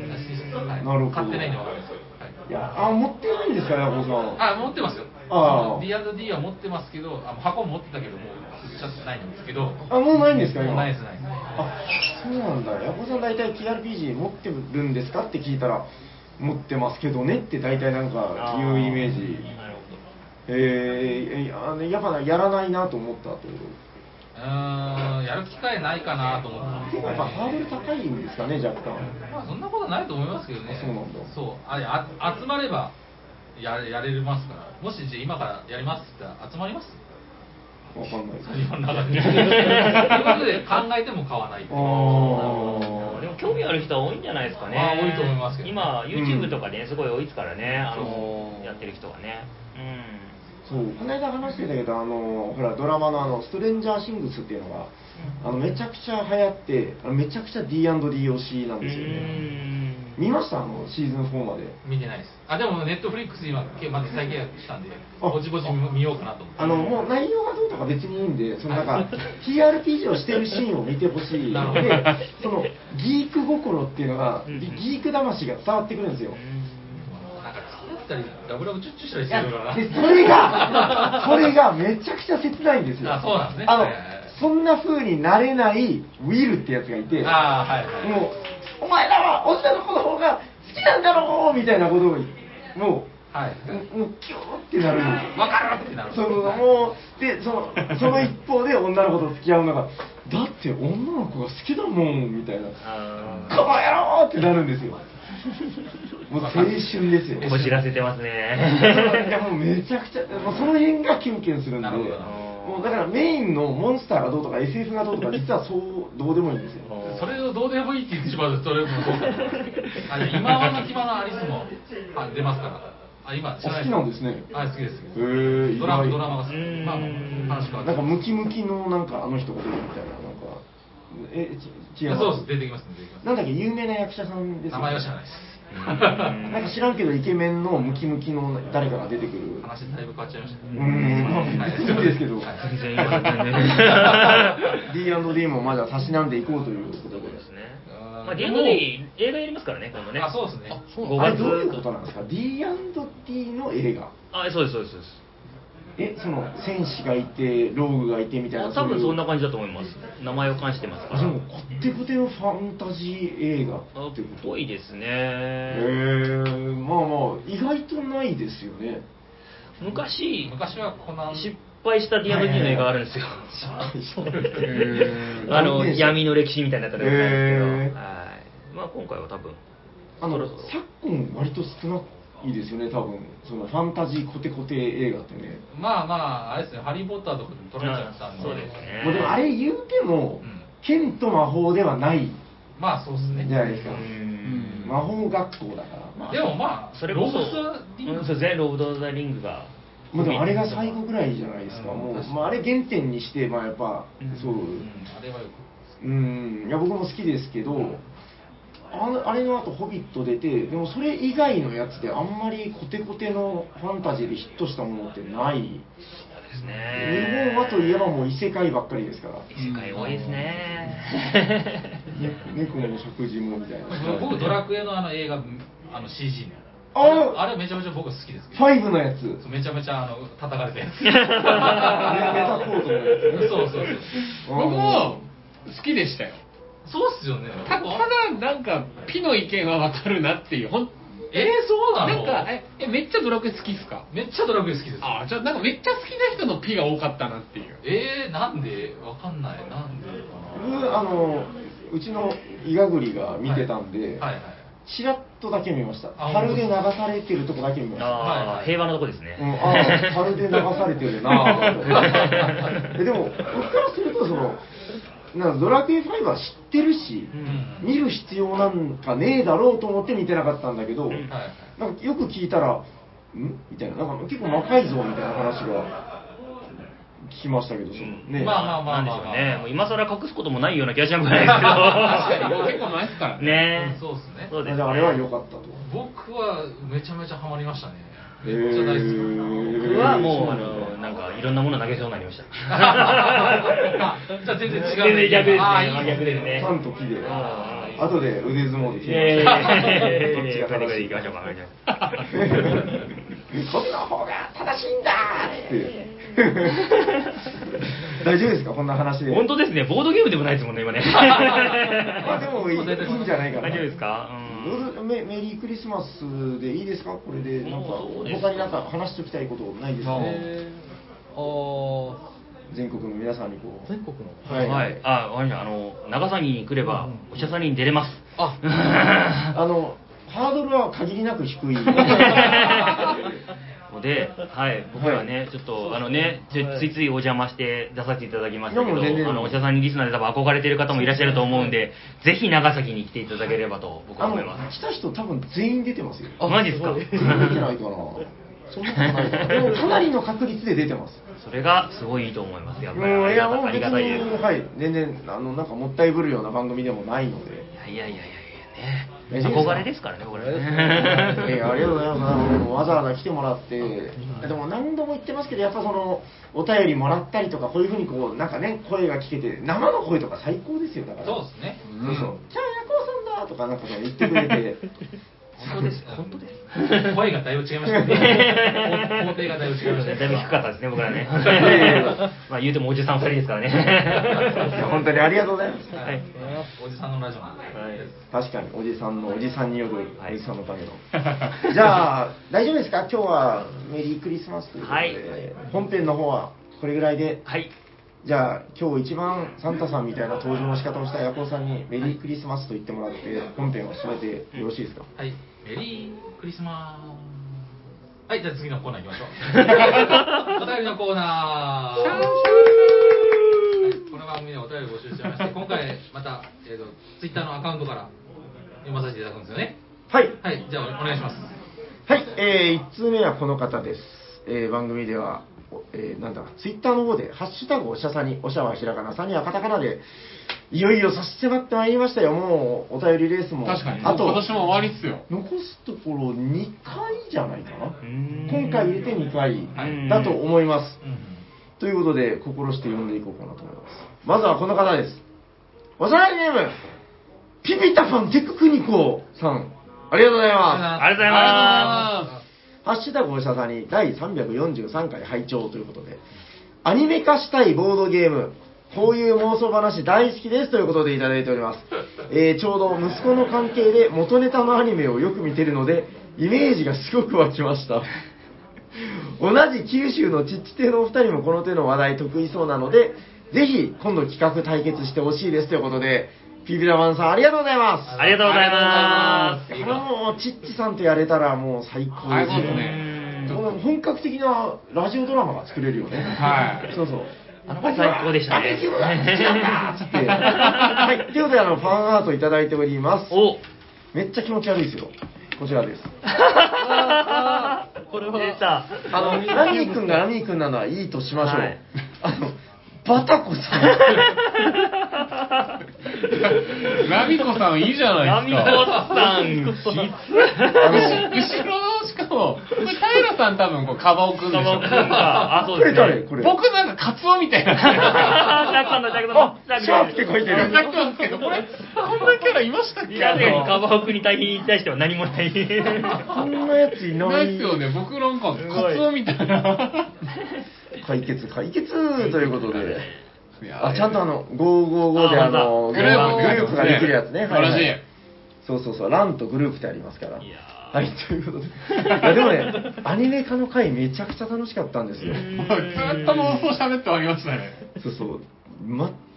るらしいです。らしいです。はい
なるほど
買ってないんで分かんないです。はい
いやあ持ってないんですかヤコさん
あ、持ってますよ。
あー
D&D は持ってますけど、あの箱持ってたけど、もうちょっとないんですけど、
あもうないんですか今
もうないですないです
あそうなんだヤコさん大体 TRPG 持ってるんですかって聞いたら持ってますけどねって大体なんか言うイメージ
なるほど。
えー、えあのやっぱやらないなと思ったという
うーん、やる機会ないかなと思ったんですけど
やっぱハードル高いんですかね若干
まあそんなことないと思いますけどね。
あそうなんだ
そうあれあ集まればやれやれますから。もしじゃあ今からやりますって言ったら集まります。
わかんないです
日本の 中で。ということで考えても買わないって
あ
いう。
でも興味ある人は多いんじゃないですかね。
あー多いと思いますけど
今、
うん
YouTube とかでね、すごい多いですからね、あ
そ
の
う
やってる人はね。
そうこの間話してたけどあのほらドラマのあの「ストレンジャーシングス」っていうのがあのめちゃくちゃ流行ってあのめちゃくちゃ D&D 推しなん
うん。
ですよね
うーん
見ましたあのシーズン4まで
見てないです。あでもネットフリックス今けまた再契約したんで、
あ
ぼちぼち見見ようかなと思って。
あのもう内容がどうとか別にいいんでそのなんか TRPG をしてるシーンを見てほ しい
なるほど
でそのギーク心っていうのが
うん
ギーク魂が伝わってくるんですよ
なんか付き合ったりラブラブチュッチュしたり
い
す
や
るからな。
でそれ が、それがめちゃくちゃ切ないんですよ。
あそうなんですね
あの
はいはいはい
そんな風になれないウィルってやつがいて、
あーはいはい。
もう、お前らは女の子の方が好きなんだろうみたいなことを、も
はい。
う、もうキューってなるんですよ。
わかるってなる。
そうそうそうもうでそのその一方で女の子と付き合うのがだって女の子が好きだもんみたいな
あ
この野郎ってなるんですよもう青春ですよ
ーこじらせてます
い
ね。
やもうめちゃくちゃ、もうその辺がキュンキュンするんで、
なるほどな
もうだからメインのモンスターがどうとか SF がどうとか、実はそうどうでもいいんですよ。
それをどうでもいいって言ってしまうと、それもそうだなあの今はの暇のアリスもあ出ますから。あ、今、知らい
あ好きなんですね
はい、好きです。
へー
ドラマ、
意外
ドラマが好き。
うーん
まあ、話変わっ
なん
ち
かムキムキのなんかあの人が出てるみたいな、なんか、え、ち違
ゃ
う。
うそうです、出てきます、出てきま
なんだっけ、有名な役者さんです
す。
よ
名前は知らないで
なんか知らんけど、イケメンのムキムキの誰かが出てくる。
す。話だいぶ変わっちゃいました
う
ね。
ーん、まあ
はい
別にいいですけど
は。い
全然言わないね
D&D もまだたしなんでいこうということで。
ですね。
あー
まあ、D&D 映画やりますからね、今度ね。
あ、そうですね。
5
あれ
月
どういうことなんですか ?D&D の映画。
あ、そうです、そうですそうです。
えその戦士がいてローグがいてみたいな
多分そんな
感
感じだと思います。名前を冠してますから。
でもこってこてのファンタジー映画
あ
ってこと
ぽいです
へ
ね。
えまあまあ意外とないですよね
昔、
昔はコナン。
失敗した D&D の映画があるんですよ。
へー
あの闇の歴史みたいなやつがあるんですけ
へー
ど、はいまあ、今回は多分
あの
そろそろ
昨今割と少ないですよね多分そのファンタジーコテコテ映画ってね、
まあまあ、あれですね、ハリー・ポッターとかでも撮られちゃったんで。
そうですね
まあでもあれ言うても、
うん
剣と魔法ではない
まあ、そうですね。
じゃないですか、
ん
魔法学校だから
まあ
でもまあ、
それこそ
ロード・スリン
うんそうですねロード・オブザ・リングが
まあ、でもあれが最後ぐらいじゃないですか、
うん
も
確か
う、
に
まあ、あれ原点にして、まあ、やっぱ、そう、
うんあれはよく。
うん、いや、僕も好きですけど、あのあれの後ホビット出て、でもそれ以外のやつで、あんまりコテコテのファンタジーでヒットしたものってない、日
そうですね
本はといえばもう異世界ばっかりですから、
世界多いですね
ね猫も食事もみたいな。
僕、ドラクエのあの映画、あの CG の。
あ
あれめちゃめちゃ僕好きですけ
フ
ど。
ァイブのやつ、メ
めちゃめちゃあの叩かれ てる。
タコートのやつね。
そうそう
僕も好きでしたよ
そう。そうっすよね。
たただなんかピの意見はわかるなっていうほん
えー、そうな
な
の
んかええめっちゃドラクエ好きっすか
めっちゃドラクエ好きです。
ああじゃあなんかめっちゃ好きな人のピが多かったなっていう
えー、なんでわかんない。なんでか
僕あのうちの伊賀栗が見てたんで、
な。はいはい。
ちらっとだけ見ました。
あ
樽で流されてるとこだけ見ました。
はい
あ
は
ー
い
平和なとこですね、
うん、ああ、樽で流されてるなぁとえでも、僕からすると、その、なんかドラクエ5は知ってるし、
うん
見る必要なんかねえだろうと思って見てなかったんだけど、
ん
はいはい。
なんかよく聞いたら、んみたいな、なんか結構若いぞみたいな話が聞きましたけど、そのね、
まあまあまあ
なんで
まあ、
しょ
ま
う
あ、
ね。もう今更隠すこともないような気がしなくもないですけ
確
ど。
かに結構前ですからね。
ね
そうですね
そうです
あれは良かったと。
僕はめちゃめちゃハマりましたねめ
へ
っ
ー
ちゃ大好き
僕はもう、あの、なんか、いろんなもの投げそうになりました。
あじゃあ全然違う
全然逆ですね
ああいい
逆ですね
パンと木で、
あー
後で腕相撲で決めました。どっち
え
が
ー、とにか
正
く
しい
行きましょうか。
こっちの方が正しいんだーって。 大丈夫ですかこんな話で。
本当ですね、ボードゲームでもないですもんね、今ね。
まあでもいいいいんじゃないかな。
大丈夫ですかうん
どうぞメメリークリスマスでいいですかこれでなんか
そうです
他になんか話しておきたいことないですかね。
えー、あ
全国の皆さんにこ
ー
う。
全国の
はい
はい。あ、わかりました。あの、長崎に来れば、お医者さんに出れます。
あのハードルは限りなく低い。
ので、はい、僕らね、ちょっと、あのね、ちょついついお邪魔して出させていただきましたけど、
いやもう全然
あの、お医者さんにリスナーで多分憧れてる方もいらっしゃると思うんで、ぜひ長崎に来ていただければと、僕
あ
は
の
思います。
来た人多分全員出てますよ。
あマジっすか
ごい
出てない かな。そんなことないかな。でもかなりの確率で出てます。
それがすごいいいと思います。やっぱり
うんいやもう
あり
別
がたありがたいです
に、。はい、全然あのなんかもったいぶるような番組でもないので。
いやいやいやいや
大
いや
丈
ね
夫ですか
憧れですからねこれね
え えありがとうございます。もうわざわざ来てもらって、でも何度も言ってますけど、やっぱその、お便りもらったりとか、こういうふうにこう、なんかね、声が聞けて、生の声とか最高ですよ、だから。
そうですね
そうそう。じゃあ、ヤコウさんだとか、なんかその言ってくれて、
本当です本当です
声がだいぶ違いましたね工程がだいぶ違いましたね
だいぶ低かったですね僕らね まあ言うてもおじさん二人ですから
いや
ね
本当にありがとうございます。
はい、おじさんのラジオなんで、
確かに、おじさんの、おじさんによる、おじさんのた めの。
は
じゃあ、大丈夫ですか今日はメリークリスマスということで、
はい
本編の方はこれぐらいで。
い
じゃあ今日一番サンタさんみたいな登場の仕方をしたヤコウさんにメリークリスマスと言ってもらって本編を締めてよろしいですか、
はい、メリークリスマスはいじゃあ次のコーナー行きま しょうお便りのコーナーはいこの番組ではお便りを募集しておりまして今回また、えー、とツイッターのアカウントから読まさせていただくんですよね
はい
はいじゃあお願いします
はい、えー、1通目はこの方です、えー番組では、おえーなんだツイッターの方で「ハッシュタグおしゃさに」おしゃはひらがなさにはカタカナでいよいよ差し迫ってまいりましたよもうお便りレースも
確かに。
あと
今年も終わりっすよ。
残すところ2回じゃないかな
ーん
今回入れて2
はい
回だと思います
うん
ということで、心して読んでいこうかなと思います。まずはこの方です。おしゃべりネーム、ピピタパンテククニコさん。ありがとうございま。
ありがとうございます
ハッシュタグおしゃさに第343回拝聴ということで、アニメ化したいボードゲーム、こういう妄想話大好きですということでいただいております。えーちょうど息子の関係で元ネタのアニメをよく見てるので、イメージがすごく湧きました。同じ九州のちっち亭のお二人もこの手の話題得意そうなので、ぜひ今度企画対決してほしいですということで、ピピラマンさんありがとうございます。
ありがとうございま
これもうチッチさんとやれたらもう最高
最
です
高
よ
です
ね。
ね。
この本格的なラジオドラマが作れるよね。
はい
そうそう。
あの最高でしたね
あの時は好きだったっつってはい。ということで、あの、ファンアートいただいております
す。お
めっちゃ気持ち悪いですよ。こちらです。
あーこれは
出た
あの、 ラミー君がラミー君なのはいいとしましょう。
はい
あの、バタコさん。
ラミコさんいいじゃな
ラ
い
ミ
で
コ
すか。
さん実
あの、
後ろの、しかも、これ平さん多分こう、カバオくんでし
様
ょ
くん。があそう
こ
で
れ
すね
誰 これ。
僕なんかカツオみたいな。
たくさんのたくさんのたく
シ
さ
ャー
んの
プって書いてる。
さっきなんですけど、これ、こんなキャラいましたっけ
いや、確かにカバオ君に対比に対しては何もない。
こんなやついな
ない
い
っす。よね。僕なんか、
すごい
カツオみたいな。
解決、解決ということで。
いや
あ、ちゃんとあ、の、555で
あ
あの、
本
グ
当
ルー
だ
プ
グ
グル
ル
ー
ープ
プ
が
が
で
で
き
き
る
る
や
や
つ
つ
ね
ね。
素晴らしい
そうそうそう、ランとグループってありますから。
いやー
はい、ということで。いや、でもね、アニメ化の回めちゃくちゃ楽しかったんですよ。
もうずっと妄想喋って終わりましたね。
そうそう。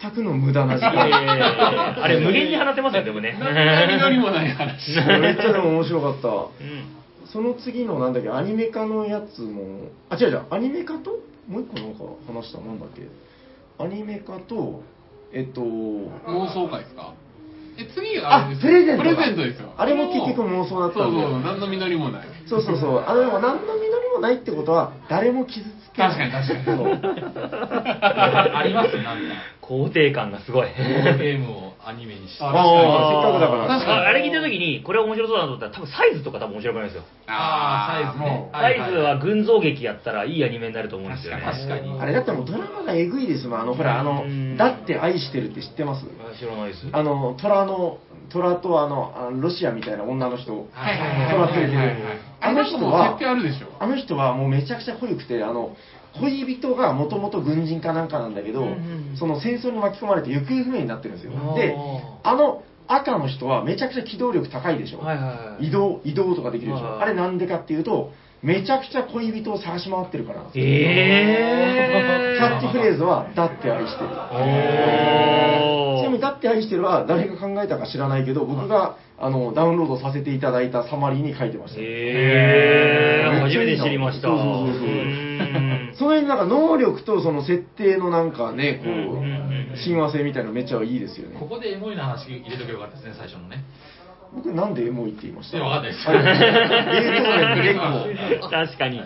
全くの無駄な時
いやいやいやい
間。
やあれ、無限に放てますよ、でもね。
何のりもない 話。
めっちゃでも面白かった。
うん
その次のなんだっけアニメ化のやつもあ違う違うアニメ化ともう一個なんか話したなんだっけアニメ化とえっと
妄想会ですかえ、次
あ
あれです
プレゼントだ
プレゼントですよ。
あれも結局妄想だったんだ
そうそう、何の実りもない。
そうそうそうあのでも何の実ないってことは誰も傷つけない
確かに確かに
そう
あありますなんか
肯定感がすごい。
ボードゲームをアニメにして
ああせっかくだから
確かに
ああれ聞いた時に、これ面白そうだなと思ったら、多分サイズとか多分面白くないですよ。
ああサイズね
サ
はい
イズは群像劇やったらいいアニメになると思うんですよね。
確かに
あれだってもうドラマがえぐいですもんあのほらあの
う
「
ん
だって愛してる」って知ってます
あ知らないです。
あの虎の虎とあのあのロシアみたいな女の人
はいはいはい
空連れてる
あ
あ
の
の
人
人
も
は
設定あるでしょ
あの人はもうめちゃくちゃ濃ゆくてあの恋人がもともと軍人かなんかなんだけど、
うんうんうん
その戦争に巻き込まれて行方不明になってるんですよ
あー
であの赤の人はめちゃくちゃ機動力高いでしょ、
はいはいはい
移動移動とかできるでしょ、
はい
あれなんでかっていうとめちゃくちゃ恋人を探し回ってるからなんですよ
え
キ
ー。
ャッチフレーズは「だって愛してる」ちなみに「だって愛してる」は誰が考えたか知らないけど僕があのダウンロードさせていただいたサマリーに書いてました、
えー、
めっ
初
ちゃ
め
いい
て
な
知りました。
そうそうそうそう
うーん
その辺なんか能力とその設定のなんかねこ
うんうんうんうん
う親和性みたいなのめっちゃいいですよね
ここでエモいな話入れとけばよかったですね最初のね
僕なんでエモいって言いまし
い
た
やわかんないです
あれ ベートーベンのレ
確かに。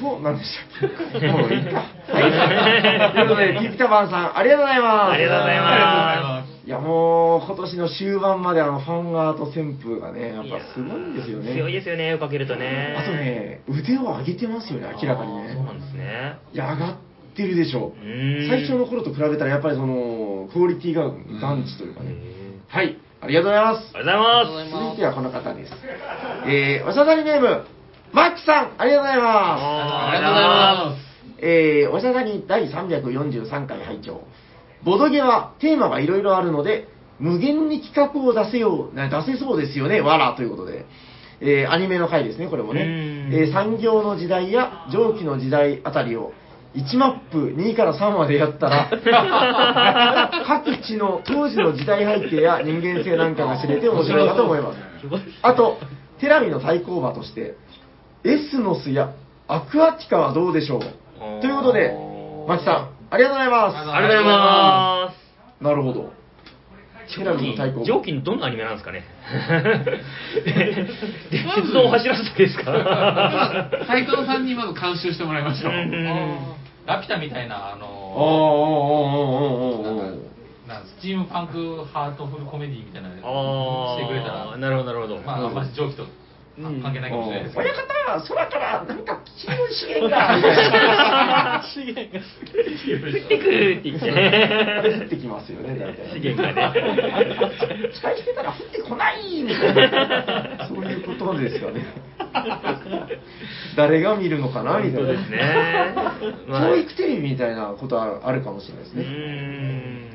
コーと何でしたっけもういいかはいということでピピタパンさんありがとうございます
ありがとうございま
いやもう今年の終盤まであのファンアート旋風がねやっ
す。
ぱすごいんですよね
強いですよね、追いかけるとね。
あとね腕を上げてますよね明らかに
あーそうな
ね
んですね。
いや上がってるでしょ
うーん
最初の頃と比べたらやっぱりそのクオリティが眼値というかね
え
はいありがとうございます
ーありがとうございます。
続いてはこの方です。えー、おしゃさりネーム、マックさん、ありがとうございま
あ
あ
り
り
が
が
と
とう
うご
ございます
ざいま。
す。えー、おしゃさり第343回拝聴ボドゲはテーマがいろいろあるので、無限に企画を出せよう、な出せそうですよね、わらということで。えー、アニメの回ですね、これもね。
うん
えー、産業の時代や蒸気の時代あたりを、1マップ2から3までやったら、 各地の当時の時代背景や人間性なんかが知れて面白いかと思います。あと、テラミの対抗馬として、エスノスやアクアティカはどうでしょう
あー
ということで、マキさん、ありがとうござい
あ
あ
ま
りがとうございます。
す。なるほど。テラミの対抗
上記どんなアニメなんで すかね鉄道を走らせたりですか
斎藤さんにまず監修してもらいましょう
うん
ラピュタみたいなあの
おーおーおーおーおーおー
なんスチームパンクハートフルコメディみたいなの
あ
してくれた
あ
ら
なるほどなるほど、
まああんまり蒸気と
うん
関係ないかもしれないですけど
親方、空からなんか黄色い資源が、みたいな。
資源が
降ってくるって言って
あれ降って
ね
きますよね、大体。
資源がね
期待してたら降ってこないみたいな。そういうことですよね。誰が見るのかなみたいな。
本当 ですねまあ
教育テレビみたいなことはあるかもしれないです
うー
ね。
ん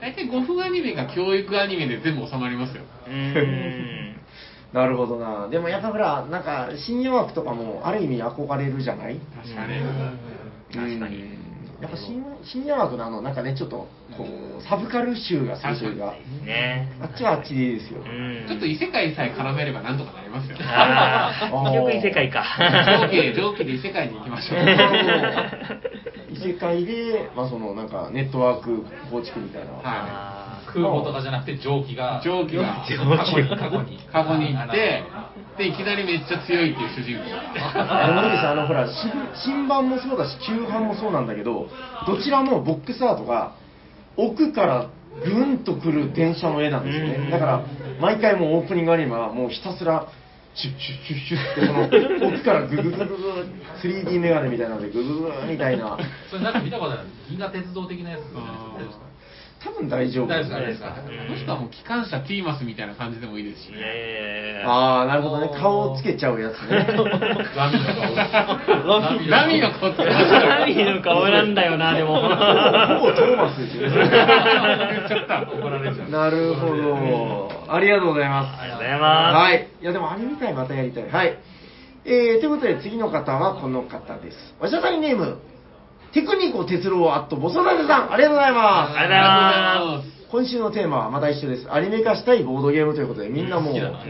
大体5分アニメが教育アニメで全部収まりますよ
うーん
なるほどな。でもやっぱほら、なんか、新予枠とかもある意味憧れるじゃない
確かに
確かに
うんやっぱ新新予枠のあの、なんかね、ちょっと、こう、サブカル集がするというか、
ね
あっちはあっちでいいですよ。
うん
ちょっと異世界さえ絡めればなんとかなりますよ
あー
あー
結局異世界か
上気で上気で異世界に行きましょ う
異世界で、まあ、そのなんかネットワーク構築みたいな、
は
あー
空母とかじゃなくて蒸気が
い上気が
過去に過去に
過去に行ってでいきなりめっちゃ強いっていう主人公
あのですあのほら新新版もそうだし旧版もそうなんだけどどちらもボックスアートが奥からぐんとくる電車の絵なんですよ
うん
ねだから毎回もうオープニングアニメはもうひたすらシュッシュッシュッシュッってこの奥からグググググ 3D メガネみたいなのでグググみたいな
それなんか見たことある銀河鉄道的なやつですね
あー
大丈夫ですか
多分大丈夫
大丈夫ですか
もしくはもう機関車ティーマスみたいな感じでもいいですし
い
ね
やいやいや
ああなるほどね顔をつけちゃうやつね
ラミの顔ラ
ラミのこって
ラミーの顔なんだよな、でも。
ほぼトーマスですよね
ちょっと怒られちゃう
なるほど。ありがとうございます。
ありがとうございます
はい。いや、でもアニメ会またやりたい。はい。えー、ということで次の方はこの方です。おしゃさりネーム、テクニコ哲郎アットボソダさん、ありがとうございます。
ありがとうございま
今週のテーマはまた一緒です。アニメ化したいボードゲームということで、みんなもう、
好きだな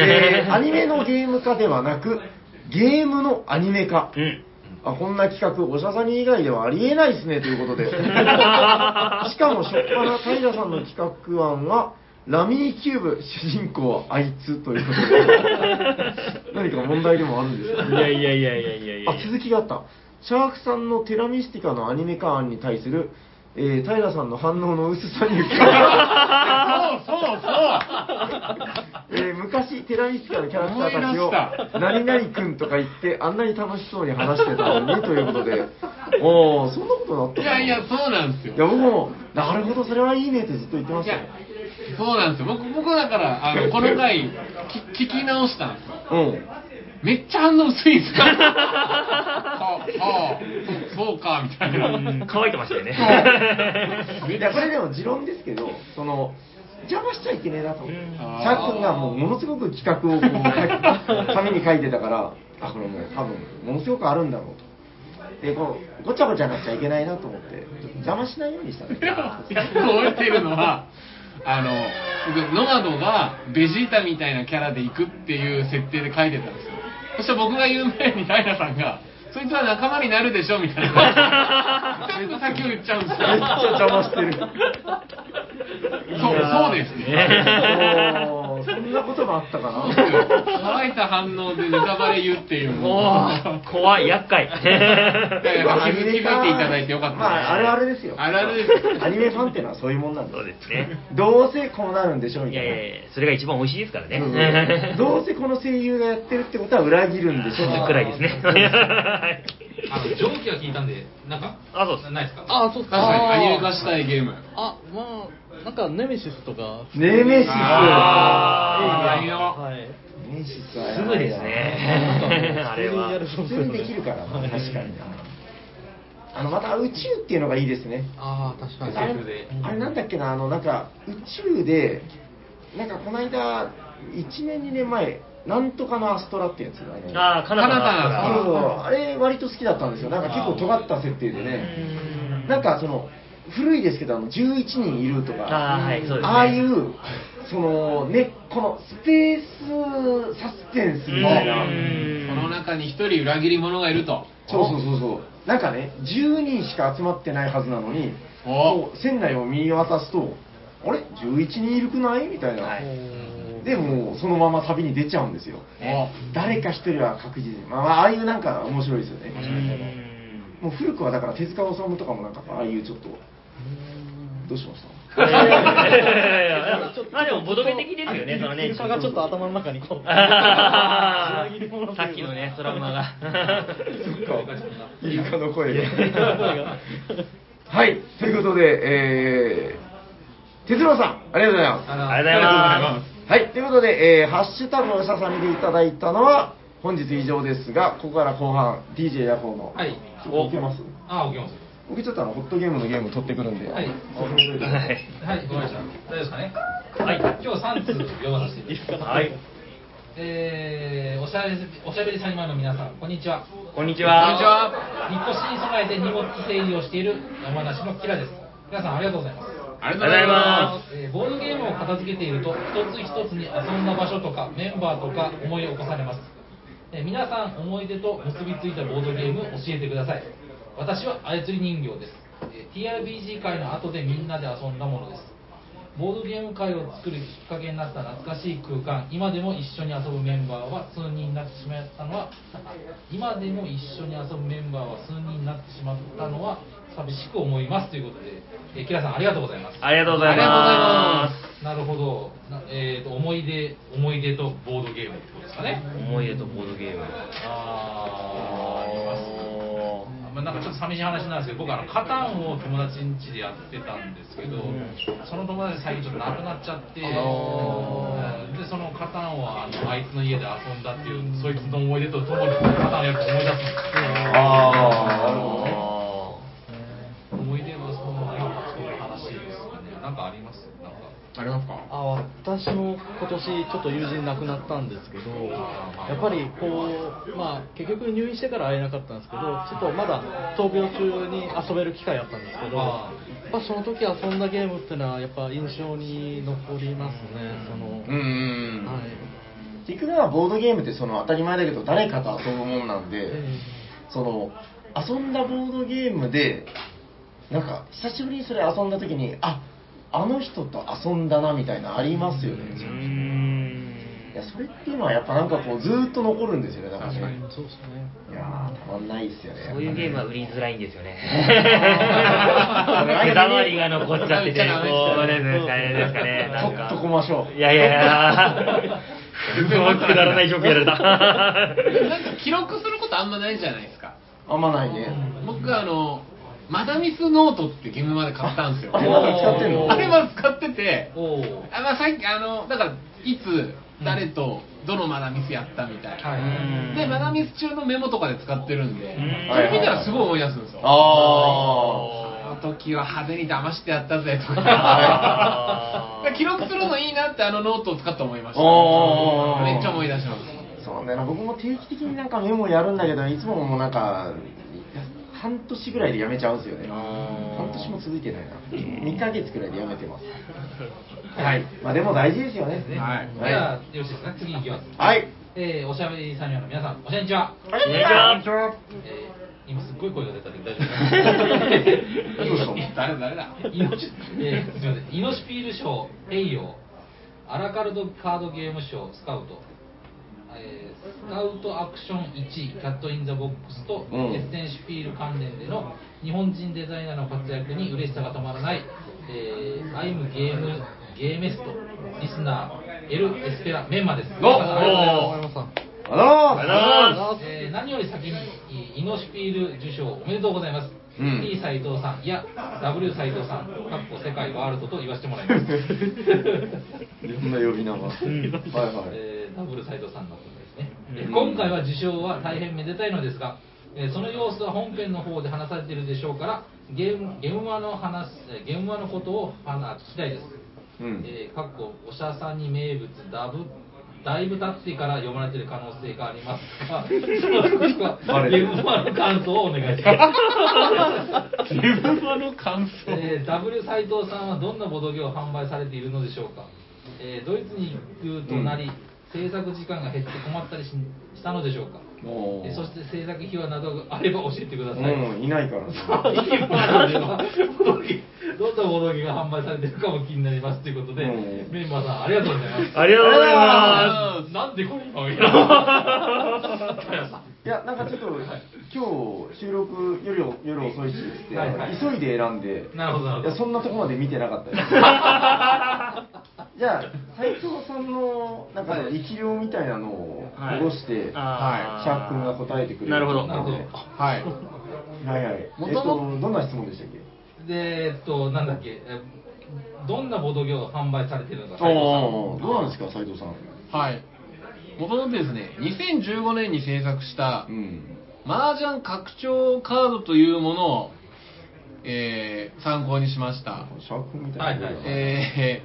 えーアニメのゲーム化ではなく、ゲームのアニメ化。
うん。
あこんな企画、おしゃさに以外ではありえない ですねということで、しかも、しょっぱな平さんの企画案は、ラミーキューブ主人公はあいつという ことで何か問題でもあるんですか
いやいやいやいやいやいや
あ続きがあったシャークさんのテラミスティカのアニメ化案に対する、えー、平さんの反応の薄さに受け
そうそう
えー昔、テラミスティカのキャラクターたちを、何々くんとか言って、あんなに楽しそうに話してたのにということで、おおそんなことなっ
そ
た
ういやいやそうなんですよ
いや、僕も、なるほど、それはいいねってずっと言ってま
い
した
や
よ。
そうなんですよ僕僕だからあのこの回き聞き直したんですよ
うん。
めっちゃ反応薄いんですよああそうかみたいな
うん乾いてましたよね。
いや、これでも持論ですけど、その、邪魔しちゃいけねえなと思って。
うん
シャーク君がもうものすごく企画をこう紙に書いてたから、あ、これもう多分、ものすごくあるんだろうと。で、こう、ごちゃごちゃなっちゃいけないなと思って、ちょっと邪魔しないようにしたね。
覚えてるのはあの僕ノマドがベジータみたいなキャラで行くっていう設定で書いてたんですよそして僕が言う前に平さんが「そいつは仲間になるでしょ」みたいな全部先を言っちゃうんですよ
めっちゃ邪魔してる。
そうそうですね
おーそんなこともあったか
そうですよ
な。
乾いた反応でネタバレ言うっていう
も
もう
う、怖い、厄介。
いやいや気づ気づいていただいてよかった
まあ、あれあれですよ。
あれあれです
アニメファンっていうのはそういうもんなんで
そう
す。
ですね。
どうせこうなるんでしょみ
い
た
や
い
い
な。
やいや、それが一番美味しいですからね。
どうせこの声優がやってるってことは裏切るんでしょ
くらいですね。
あの上記は聞いたんで、なんか、
あそうっす
ないですか。
あ、そう
確かにアニメ化
し
したいゲーム
あ、まあ、なんかネメシスとか。
ネメシス
あー
いいな
はい。
ネメシスはや
す
ば
ぐ
いな
ですね。あれは。
普通にできるからな
はい
確かになあのまた宇宙っていうのがいいですね
ああ、確かに。
あれ
SF で
あれなんだっけなあのなんか宇宙でなんかこの間1年2年前なんとかのアストラってやつがね
ああ、カナダ
そうそう
の
そうあれ割と好きだったんですよなんか結構尖った設定でねなんかその古いですけどあの11人いるとか
あーはいそうですね
ああいうそのねこのスペースサスペンスみたいな
この中に一人裏切り者がいると
そうそうそうそうなんかね10人しか集まってないはずなのに
お
こう船内を見渡すとあれ11人いるくないみたいな、
はい
でもうそのまま旅に出ちゃうんですよ
お
誰か一人は確実に、まあまあ、ああいうなんか面白いですよねもう古くはだから手塚治虫とかもなんかああいうちょっとどうしました
まあでも、ボドゲ的ですよね、そのね。
イルカがちょっと頭の中にこう。裏切り者というか
さっきのね、トラウマ が。
イルカの声が
声が
はいということでえー、哲郎さんありがとうございます
あの
ありがとうございます。
はい、ということで、えーハッシュタグをささみでいただいたのは、本日以上ですが、ここから後半、DJ ヤコウの、
はい
ちょっと置けます
あ、起きます。
僕ちょっとあの、ホットゲームのゲーム取ってくるんで、
はい
お勧めといて
はい。
はい、ごめんなさい。大丈夫ですかね。はい、今日三通読まさせていただきます。
はい。
えーおしゃれおしゃべりサニマルの皆さん、こんにちは。
こんにちは。
こんにちは
引っ越しに備えて荷物整理をしている山梨のキラです。皆さんありがとうございます。
あり
り
が
が
と
と
うご
うご
ざ
ざ
い
い
ま
ま
えーボードゲームを片
すす
付けていると、一つ一つに遊んだ場所とかメンバーとか思い起こされます。えー皆さん、思い出と結びついたボードゲーム教えてください。私は操り人形です。えー TRPG 会の後でみんなで遊んだものです。ボードゲーム会を作るきっかけになった懐かしい空間、今でも一緒に遊ぶメンバーは数人になってしまったのは、今でも一緒に遊ぶメンバーは数人になってしまったのは寂しく思いますということで、えーキラさんありがとうございます。
ありがとうございま
なるほど、なえー、と思い出、思い出とボードゲームってことですかね。
す。思い出とボードゲーム。
あーありますまあ、なんかちょっと寂しい話なんですけど、僕、あのカタンを友達ん家でやってたんですけど、その友達、最近ちょっと亡くなっちゃって、うんでそのカタンをあのあいつの家で遊んだっていう、そいつの思い出とともに、カタンをやると思い出すんですよ
あー、なるほどね。
思い出はその、なんかそういう話ですかね、なんかありますなんか
ありますか
あ私も今年ちょっと友人亡くなったんですけどやっぱりこう、まあ、結局入院してから会えなかったんですけどちょっとまだ闘病中に遊べる機会あったんですけど
あ
やっぱその時遊んだゲームっていうのはやっぱ印象に残りますねその、
うんうんうん
はい、
結局はボードゲームってその当たり前だけど、誰かと遊ぶもんなんで、その、遊んだボードゲームで、なんか、久しぶりにそれ遊んだ時に、あ、あの人と遊んだなみたいなありますよね、
うーん
いやそれっていうのはやっぱなんかこうずーっと残るんですよねだからね
確かに
そうですね。
いやーたまんないですよね
そういうゲームは売りづらいんですよね。
ー
手触りが残っちゃってて、こう、ね、あれですかね。なんか
とっとこましょう
いやいやいや、すごいくだらない状況やられた。
なんか記録することあんまないじゃないですか。
あんまないね
僕あの、マダミスノートってゲームまで買ったんです よ。
あれまだ使ってんの
あれまだ使ってて、
おー
あまあ、さっきあのだからいつ誰とどのマダミスやったみたいな、
はい
うん
でマダミス中のメモとかで使ってるんで、
ん
それ見たらすごい思い出すんですよ、
あ
あの時は派手に騙してやったぜと
あ
か
ー
だから記録するのいいなってあのノートを使って思いました
おー
めっちゃ思い出します
ーそうね僕も定期的になんかメモやるんだけどいつももうなんか半年ぐらいでやめちゃうんですよね半年も続いてないな2ヶ月くらいでやめてますはいまあでも大事ですよね
はい
じゃあ、よろしいですか、次行きます。
はい
えーおしゃべりサニアの皆さん、おしゃにちは。
こんにちは
えー今すっごい声が出たんで大丈夫
どうしたの
誰誰だ
イノシえーすみません、イノシピール賞、栄誉、アラカルドカードゲーム賞、スカウト、えースカウトアクション1位、キャット・イン・ザ・ボックスと、
うん
エッセンシュピール関連での日本人デザイナーの活躍に嬉しさがたまらない、えー、アイムゲームゲーメスト、リスナー、エル・エスペラ・メンマです。
お
ありがとうございます
小山さん。
あ
あり
ら
がとうございます
えー何より先にイノシピール受賞おめでとうございます、
うん
T 斎藤さんいや W 斎藤さんかっこ世界ワールドと言わせてもら います、
いろんな呼び名が、はいはい
えー、W 斎藤さんのことですね、えー
うん
今回は受賞は大変めでたいのですが、えーその様子は本編の方で話されているでしょうからゲームゲーム話の話えーゲーム話のことを話聞きたいです
うん
えーかっこおしゃさんに名物だぶだいぶ経ってから読まれてる可能性がありますが、その詳しくは
バレて
ゲ
る
ームマンの感想をお願いします。
自分の感想
えー W 斎藤さんはどんなボドゲを販売されているのでしょうか、えードイツに行くとなり、
うん
制作時間が減って困ったりししたのでしょうか、
もう
えーそして制作費はなどがあれば教えてください、
うんいないからね
どんなボドゲが販売されてるかも気になりますということで、
うん
メンバーさんありがとうございます。
ありがとうございます。
あーなんでこれ今見たの高谷さん
いや、なんかちょっと、今日収録夜を夜遅いしっつって、
はいはい
急いで選んで、
なるほどなる
い
ほ
や
ど。
そんなとこまで見てなかった です。じゃあ、斉藤さんの、なんかその力量みたいなのを
はい
戻して、
あー
シャーク君が答えてくれる。
なるほど
なるほど。
はい
はいはい。えっと、
元々
どんな質問でしたっけ
で、えっと、なんだっけ、えどんなボドゲを販売されてるのか、斉藤
おーどうなんですか、斉藤さん。
はいもともとですね2015年に制作した
うん。
麻雀拡張カードというものを、えー参考にしました、
シャーク君みたいな。
はいはい
え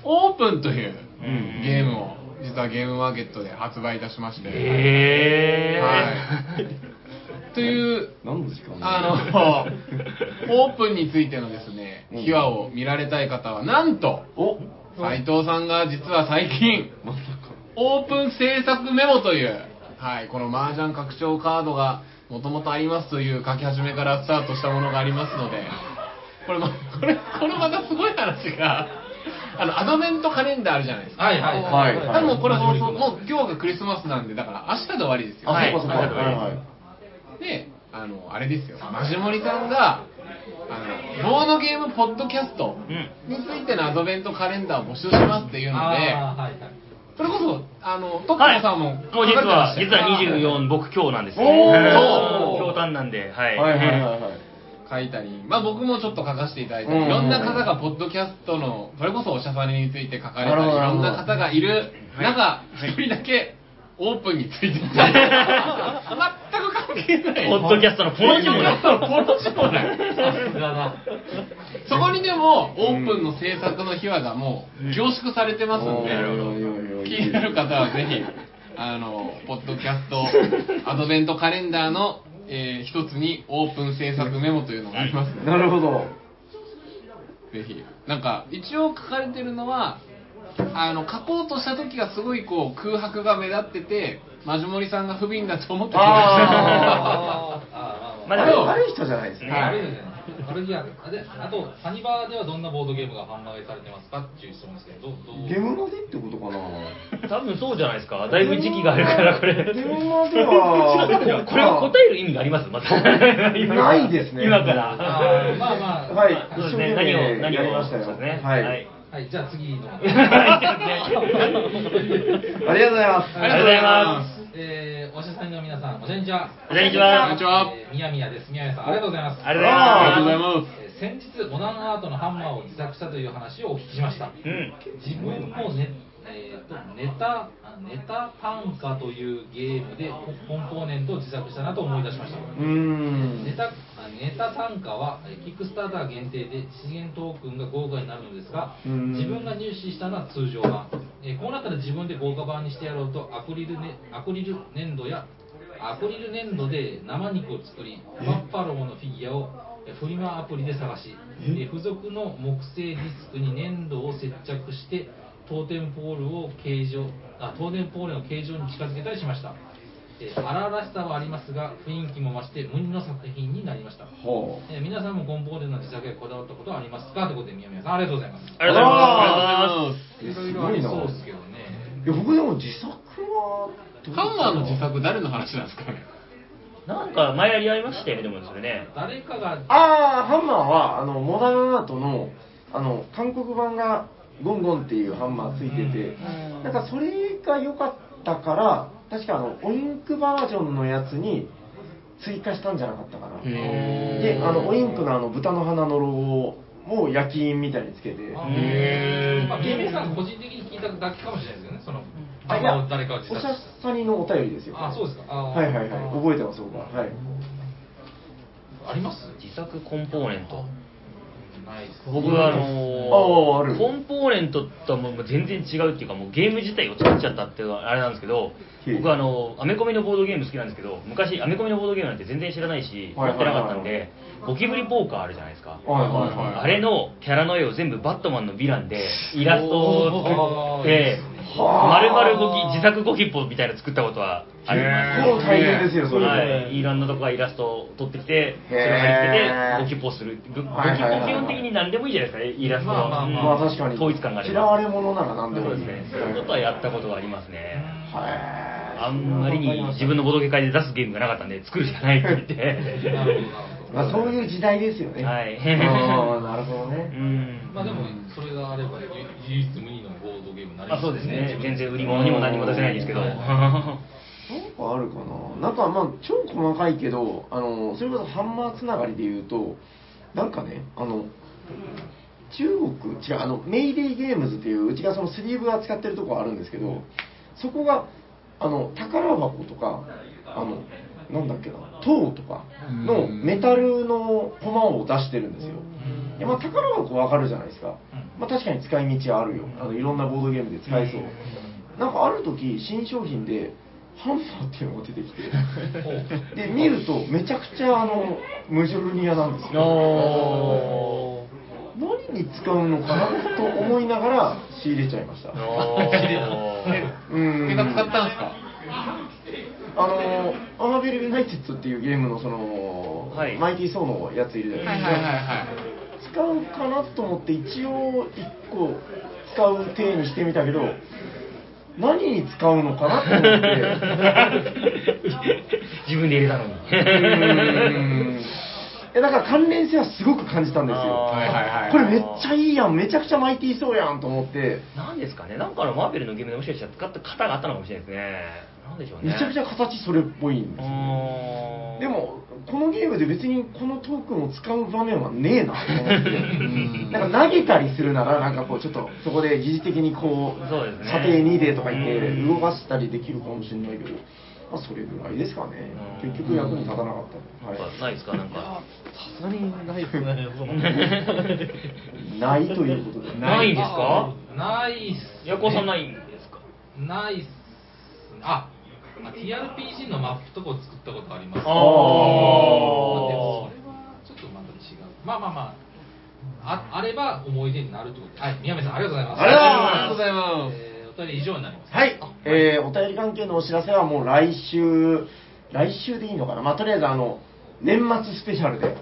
ーオープンという
うん
ゲームを実はゲームマーケットで発売いたしまして、
え
はいという
何の時間
あのオープンについてのですね
うん
秘話を見られたい方はなんと
お
斉藤さんが実は最近
まさか。
オープン制作メモという、はい、この麻雀拡張カードがもともとありますという書き始めからスタートしたものがありますので、これま、これ、これまたすごい話が、あの、アドベントカレンダーあるじゃないですか。
はいはい
はいはい
多分これ放送、もう今日がクリスマスなんで、だから明日で終わりですよ。
あ、
は
そ
いう
かそうか。
は
はいいはい。
で、あの、あれですよ、マジモリさんが、あの、ボードゲームポッドキャスト
うん
についてのアドベントカレンダーを募集しますっていうので、
あーはいはい。
それこそ、あの、トッ
はい
コさんも、
もう実は、実は
二十
24、僕今日なんですよ。
お
ー
今日単なんで、はい。
はいはいはいはい。
書いたり、まあ僕もちょっと書かせていただいた
うん
り、いろんな方がポッドキャストの、それこそおしゃさんについて書かれたり、い
なるほど
ろんな方がいる
はい
中、
はい
一人だけオープンについてて、全く関係ない。
ポッドキャストのポロジもない。
ポロジもない。
さすがだ。
そこにでも、オープンの制作の秘話がもう凝縮されてますんで、
なるほどいやいやいや
気になる方はぜひ、あの、ポッドキャスト、アドベントカレンダーの、えー一つにオープン制作メモというのがありますので
なるほど。
ぜひ。なんか、一応書かれてるのは、あの、書こうとした時がすごいこう、空白が目立ってて、マジモリさんが不憫だと思ってしまいました
あ
あーまあまあ
ま
あ
だ
れ悪い人じゃないですね。
悪いですねアルギアあであとサニバーではどんなボードゲームが販売されてますかっていう質問ですけどどうどう
ゲムマでってことかな
多分そうじゃないですか。だいぶ時期があるから、これ。
ゲムマでは
違う違う これを答える意味がありますまた。
ないですね
今か
あ
ら。
ーまあまあ
はい
そう
一生
です
懸
ね。
命
何を、何を。
やりましたよ
そうですね。
はい
はいじゃあ次 の
ありがとうございます
ありがとうございます。
えー、お医者さんの皆さんこんにちは
こんにちは
こんにちは
えーみやみやですみやみやさんありがとうございます
あり
あり
が
が
と
と
う
うご
ござ
ざ
い
い
ま
ます。
えー先日モダンアートのハンマーを自作したという話をお聞きしました
す。うん。
自分もね、えーとネタあネタ単価というゲームでココンポーネントを自作したなと思い出しました、
うーん
ネタあネタ単価はえーキックスターター限定で資源トークンが豪華になるのですが
うん
自分が入手したのは通常版、えーこうなったら自分で豪華版にしてやろうとアクリル,、ね、アクリル粘土やアクリル粘土で生肉を作りバッファローのフィギュアをえーフリマアプリで探しえー付属の木製ディスクに粘土を接着して当店ポールを形状あ当店ポールの形状に近づけたりしましたえー荒々しさはありますが雰囲気も増して無二の作品になりました、
ほ
えー皆さんもコンポーネントの自作へこだわったことはありますかということで宮宮さんありがとうございます
ありがとうございます。
う
い
えす
ろ
ご
い
い
ろあり
ない
そうですけどね
や僕でも自作はどうか
ハ
な
ンマーの自作誰の話なんですかね。
なんか前やり合いましたよね、でもそれね。
誰かが
ああハンマーはあのモダンアートのあの韓国版がゴンゴンっていうハンマーついてて、なんかそれが良かったから確かあのオインクバージョンのやつに追加したんじゃなかったかな
へ
であのオインクのあの豚の鼻のロゴも焼き印みたいにつけて
あ
へー
まあ宮宮さん個人的に聞いただけかもしれないですよねその
あ
ハン
い
マー
や
を誰かが自
おし
作
ゃさにのお便りですよ
あそうですかあー
はいはいはい覚えてます僕ははい
あります
自作コンポーネント。
ないです
僕はあ
あーあ
の
る
コンポーネントとはもう全然違うっていうかもうゲーム自体を作っちゃったっていうあれなんですけど
へえ
僕はあのアメコミのボードゲーム好きなんですけど昔アメコミのボードゲームなんて全然知らないし
はいは
持っ
い
て
はい
なかったんでゴキブリポーカーあるじゃないですか
はいはいはい
あれのキャラの絵を全部バットマンのヴィランでイラストを作って
は
丸
あ
々ゴキ自作ゴキッポみたいなの作ったことはあります
もう大変ですよそれ、
はい、いろんなとこがイラストを撮ってきて、それを
へー
入ってて、ゴキポする。ゴゴキポ
はいはいはい
基本的に何でもいいじゃないですか、イラスト
ま
は。
あまあ
まあ確かに
統一感があれば。
嫌われ者なら何で
そ
も
う
い
で
い
すね。そういうことはやったことがありますね。
はい
あんまりに自分のボドゲ会で出すゲームがなかったんで、作るしかないって言って。
なるほどなるほど
まあ、そういう時代ですよね。
はい
ああ、なるほど
う
ね。
ん。
まあでもそれがあればゆ唯一無二のボードゲームになりま
あ、
す
そうですね。
自分
全然売り物にも何も出せないんですけど。
うん
なんかあるかな。なんかまあ、超細かいけど、あの、それこそハンマーつながりで言うと、なんかね、あの、中国、違う、あの、メイデイゲームズっていう、うちがそのスリーブ扱ってるとこあるんですけど、そこが、あの、宝箱とか、あの、なんだっけな、塔とかのメタルのコマを出してるんですよ。でまあ、宝箱わかるじゃないですか、まあ、確かに使い道はあるよあのいろんなボードゲームで使えそう、なんかある時新商品でハンマーっていうのが出てき てで見るとめちゃくちゃあのムジョルニアなんですよ何に使うのかなと思いながら仕入れちゃいました
あ
うん
手が使ったんですか。
あのアマベルユナイテッドっていうゲームのその、
はい
マイティー・ソーのやついるじゃないですか、使うかなと思って一応1個使う体にしてみたけど何に使うのかなと思って
自分で入れたのに。
うーんえだから関連性はすごく感じたんですよ
あーはいはいはい
これめっちゃいいやんめちゃくちゃマイティーそうやんと思って
なんですかね、なんかのマーベルのゲームでもしかしたら使った型があったのかもしれないですね。なんでしょうね。
めちゃくちゃ形それっぽいんですよ
あー
でもこのゲームで別にこのトークンを使う場面はねえなと思って
ん
なんか投げたりするならなんかこうちょっとそこで疑似的にこう
そうですね
射程2でとか言って
う
動
ん
かしたりできるかもしれないけど、まあ、それぐらいですかね
うん
結局役に立たなかっ
なん
た、は
かないですか、なんか。
さすがにないですね、その
い、ないということで
ないんですか
ないっす
ヤコさんないんですか
ないっすああ TRPG のマップとかを作ったことありますま
あ
あ
ー
でもそれはちょっとまた違うまあまあまあああれば思い出になるってことはい宮部さんありがとうございます
あり
ありがとうございます。
えーお便り以上になります
はい、えーお便り関係のお知らせはもう来週、来週でいいのかな、まあ、とりあえずあの、年末スペシャルで、
はい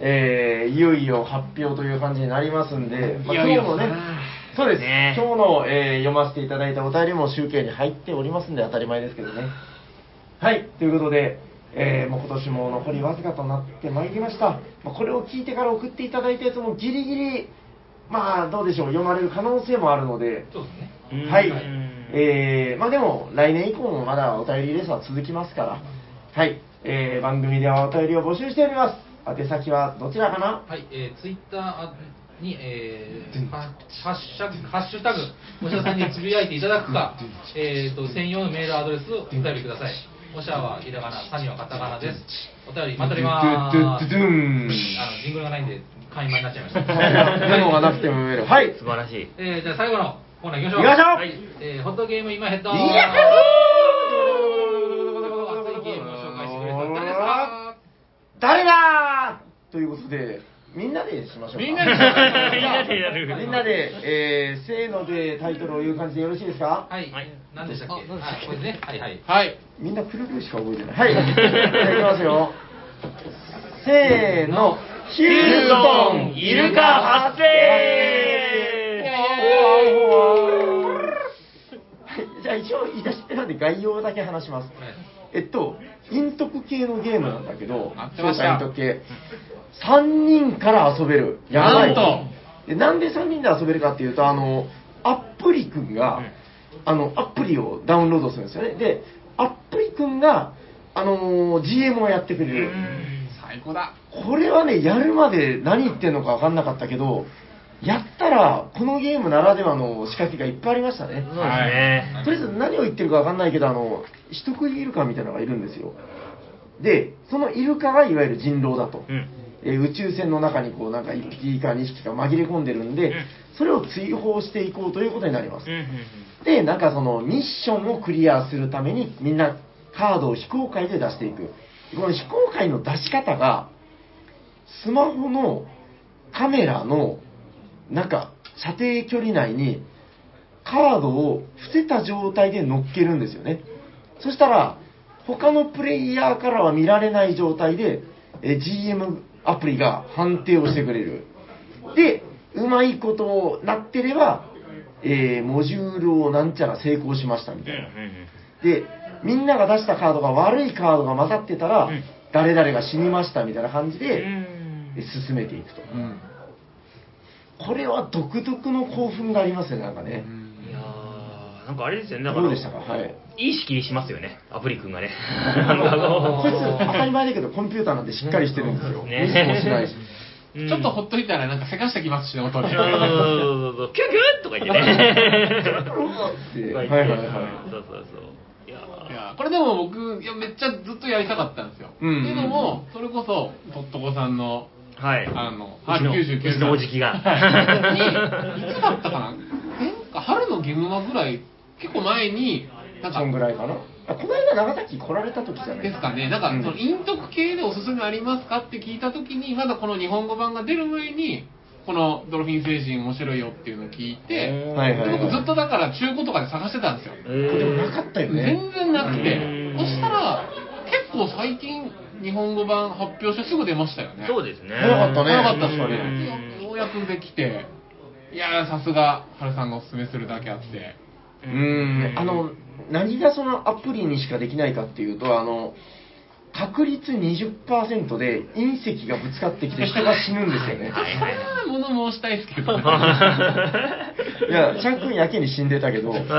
えーいよいよ発表という感じになりますんで、まあ、
いよいよ
今日のね
かな、
そうです、
ね
今日の、えー読ませていただいたお便りも集計に入っておりますんで、当たり前ですけどね。はい、ということで、えーもう今年も残りわずかとなってまいりました、まあ、これを聞いてから送っていただいたやつも、ギリギリ、まあ、どうでしょう、読まれる可能性もあるので、
そうですね
うん
はい
うん、
えーまあでも来年以降もまだお便りレースは続きますから、はい、えー番組ではお便りを募集しております。宛先はどちら かな
はい、えー、ツイッターに、えー、ハハッシュタグ、ハッシュタグ、おしゃさんにつぶやいていただくか、えー、と専用のメールアドレスをお便りください。おしゃはひらがな、さにはカタカナです。お便り待っております。
ドゥドゥドゥドゥン
あのジングルがないんで、簡易版になっちゃいました。
メモがなくてもメール。はい。
素晴らしい
えー、じゃあ最後のコーナー行きましょう。
行きましょう
はい、えー、ホットゲーム今ヘッド。
イヤッホー
熱いゲームを紹介してくれた誰ですか
誰だーということで、みんなでしましょうか。
みんなでしま しょうか
みんなでやる
みんなで、えー、せーのでタイトルを言う感じでよろしいですか
はい
はい、
何でしたっけ
あ何でしたっ
あ
け
これね、はいはい。
はい。
みんなくるくるしか覚えてない。はい。いきますよ。せーの。ヒュートン、イルカ発生 はいじゃあ一応言い出しっぺなんで概要だけ話します。えっと、陰徳系のゲームなんだけど
待っ、てました
そう陰徳系。3人から遊べる。やばい。
なん
でなんで3人で遊べるかっていうと、あの、アップリくんが、あの、アプリをダウンロードするんですよね。で、アップリくんが、あのー GM をやってくれる。
最高だ。
これはね、やるまで何言ってんのか分かんなかったけど、やったら、このゲームならではの仕掛けがいっぱいありましたね。
そうですね、
とりあえず何を言ってるか分かんないけど、あの、人食いイルカみたいなのがいるんですよ。で、そのイルカがいわゆる人狼だと。
うん
えー宇宙船の中にこうなんか1匹か2匹か紛れ込んでるんで
うん、
それを追放していこうということになります
うん。うん
で、なんかそのミッションをクリアするためにみんなカードを非公開で出していく。この非公開の出し方が、スマホのカメラのなんか射程距離内にカードを伏せた状態で乗っけるんですよね。そしたら、他のプレイヤーからは見られない状態で、え GM アプリが判定をしてくれる。で、うまいことなってれば、えーモジュールをなんちゃら成功しましたみたいな。で、みんなが出したカードが悪いカードが混ざってたら、
うん
誰々が死にましたみたいな感じで、
うん
え進めていくと。これは独特の興奮がありますよね、なんかね。
いやーなんかあれですよねだから
どうでしたかはい。
いい仕切りしますよねアプリ君がね
あ
あ
の
の
こいつ当たり前だけどコンピューターなんてしっかりしてるんですよ。
ね
ミスもしないし。
うん
ちょっとほっといたらなんかせかしてきますしね、音
そう
で。
そうそうそう キュキュッとか言ってね
って
とか言って
はいはいはい
そうそうそういや
い
ー
やこれでも僕いやめっちゃずっとやりたかったんですよ。
うん
っていうのもそれこそとっとこさんの
はい
あの
うちの
99
うちのおじきが
はいにいつだったかなえか春のゲムマぐらい結構前になん
そんぐ
から
いかな。あこの間長崎来られた時じゃない
ですかねなんかその陰徳系でおすすめありますかって聞いた時にまだこの日本語版が出る前にこの「ドルフィン星人面白いよ」っていうのを聞いて
はいはい、
で
はい。
僕ずっとだから中古とかで探してたんですよ
え
でも
ー
なかったよね。
全然なく
う
て
ん
そしたら結構最近日本語版発表してすぐ出ましたよね
そうですね
早かったね
早かった
っ
ですす
よ
よ
ね
うん
ねようやくできていやーさすが春さんがおすすめするだけあって
うーん、あの、何がそのアプリにしかできないかっていうと、あの、確率20%で隕石がぶつかってきて人が死ぬんですよ ね。
はいはいはい
ああ物申したいですけど ね
いや、チャン君やけに死んでたけど、でも考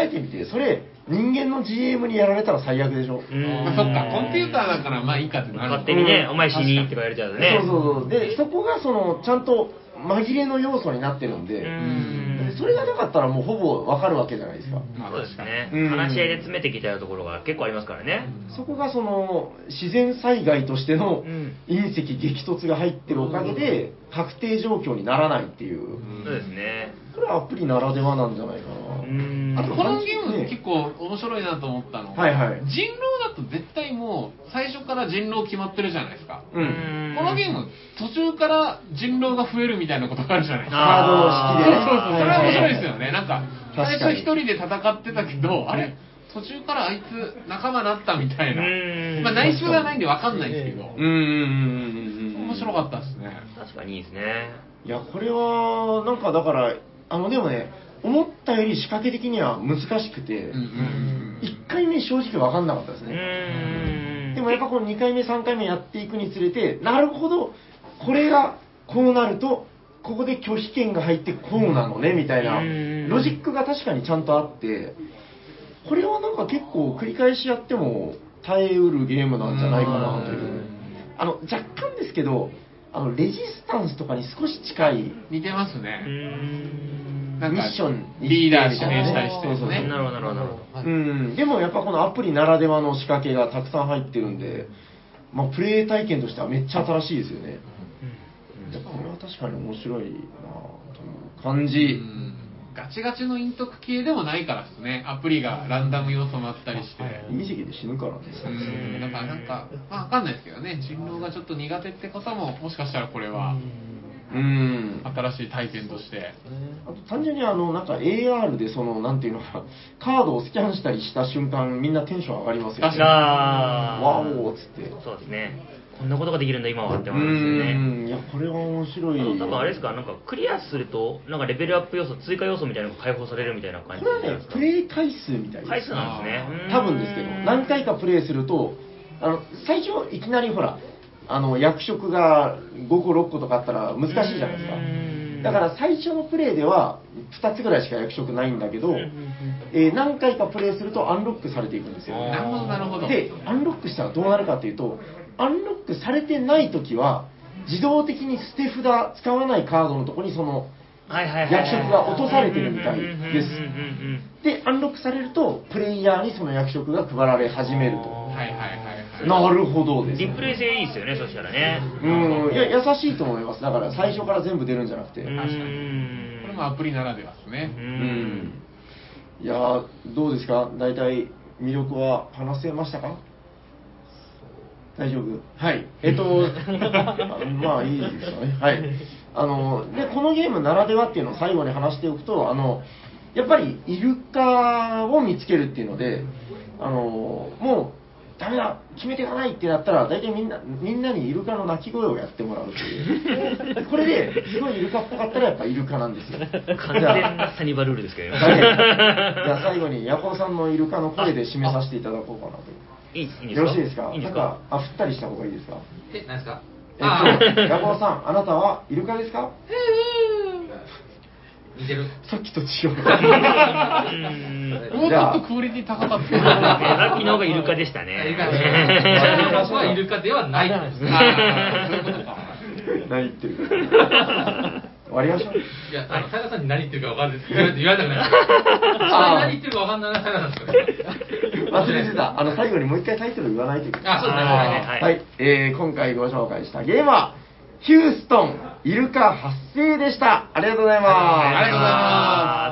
えてみて、それ、人間の GM にやられたら最悪でしょ。
まあそっかコンピューターだからまあいいかってなる
勝手にね、
うん
お前死にって言われちゃうとね。
そうそうそう。で、そこがその、ちゃんと紛れの要素になってるんで、
うん
でそれがなかったらもうほぼわかるわけじゃないですか。
まあ
そうです
確かに
ね。
うん
話し合いで詰めてきたところが結構ありますからね。
そこがその自然災害としての
うん
隕石激突が入ってるおかげで確定状況にならないっていう、
そうですね。
これはアプリならではなんじゃないかな。
うん
あと
このゲーム結構面白いなと思ったの
はいはい
人狼だと絶対もう最初から人狼決まってるじゃないですか
う。
うんん
このゲーム途中から人狼が増えるみたいなことがあるじゃないですか
カードを式でね
そう そうそう、それは面白いですよ
は
ね。なんか、
確かに
最初一人で戦ってたけど、あれ、途中からあいつ仲間なったみたいな
うーん
まあ内緒がないんでわかんないですけど、
そう
うんうんうんうんうんうん
面白かったですね
確かにいいですね。
いやこれはなんかだからあのでもね思ったより仕掛け的には難しくて、
うんうんうんうん
1回目正直分かんなかったです
う
ね、
ーん。
でもやっぱこの2回目3回目やっていくにつれてなるほどこれがこうなるとここで拒否権が入ってこうなのねみたいな
うん
ロジックが確かにちゃんとあってこれはなんか結構繰り返しやっても耐えうるゲームなんじゃないかなという
うん
あの若干ですけどあのレジスタンスとかに少し近い
似てますね、
うーん。
なん
ミ
か
ッションに
リーダー
指定
指名
み
したた
いなね
りしてです
そうそうそう
ね
なるほど、なるほど、なるほど。
はい
うん、でもやっぱこのアプリならではの仕掛けがたくさん入ってるんで、まあ、プレイ体験としてはめっちゃ新しいですよね、だからこれは確かに面白いなあという感
う
じ、
んガチガチの陰徳系でもないからですねアプリがランダム要素もあったりして、
はい
意味席で死ぬからね、
うんだからなんか、まあ、わかんないですけどね、人狼がちょっと苦手って方も、もしかしたらこれは
うん、あ
新しい体験として、
と単純にあのなんか AR でそのなんていうのかなカードをスキャンしたりした瞬間みんなテンション上がりますよ
確
ね
か
あ
わおーっつって
そうですね。こんなことができるんだ、今はって
う
思いますよね。
んいやこれは面白い
あと多分あれですか、なんかクリアすると、なんかレベルアップ要素、追加要素みたいなのが解放されるみたいな感じ
これはねプレイ回数みたいです
回数なんですね。うーん
多分ですけど何回かプレイするとあの最初いきなりほらあの役職が5個6個とかあったら難しいじゃないですか
うん
だから最初のプレイでは2つぐらいしか役職ないんだけど、
うんうんうん
えー何回かプレイするとアンロックされていくんですよ
あー
なるほど、なるほど、
でアンロックしたらどうなるかというとアンロックされてない時は自動的に捨て札使わないカードのとこにその
はいはいはいはい
役職が落とされてるみたいです
うんうんうん
でアンロックされるとプレイヤーにその役職が配られ始めると
あ
はいはいはいはい、
なるほど
うんうん
です、
リ
ね。
プレイ性いいですよね、そしたらね。
うん、いや、優しいと思います。だから、最初から全部出るんじゃなくて。
う
う
ー
ん。
ん
これもアプリならではですね
う、ん
いやー、どうですか大体、魅力は話せましたか大丈夫はい。えっと、あ まあ、いいですよね。はい。あの、で、このゲームならではっていうのを最後に話しておくと、あの、やっぱり、イルカを見つけるっていうので、あの、もう、ダメだ決めていかないってなったら大体みんなみんなにイルカの鳴き声をやってもらうっていうこれですごいイルカっぽかったらやっぱイルカなんですよ
完全なサニバルールですけどね
はい じゃあ最後にヤコウさんのイルカの声で締めさせていただこうかなと。
いいいいんですか
よろしいですか
いいんです
なん
か
か、あ、振ったりした方がいいですか
え、何ですかあ
えっと、ヤコウさん、あなたはイルカですか
ー似てる。
さっきと違う。
うん
もうちょっとクオリティ高かった ですね
さっきの方がイルカでした
イル
ね
カ。はイルカではない。
あそう
あーそういうことか
何言ってるか。終わりましょう。
いや、あの、平さんに何言ってるか分かんないです。言われたくない。何言ってるか分かんないな、平さんですから。
忘れてた。あの、最後にもう一回タイトル言わないといけない。
あ、そうですね。
はい
はい、えー今回ご紹介したゲームは、ヒューストンイルカ発生でした。ありがとうございます。
ありがとうござい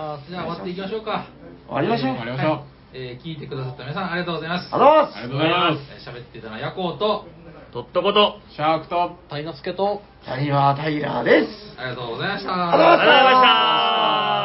ます
じゃあ終わっていきましょうか。
終わりましょう。
終わりましょう
えー聞いてくださった皆さんありがとうございます。
ありがとうございます
ありがとうございま
えー喋ってたのはヤコウと、
とっとこと。
すシャークと
タイナスケと
谷川タイラーです。
ありがとうございました。
ありがとうございました
ありがとうございました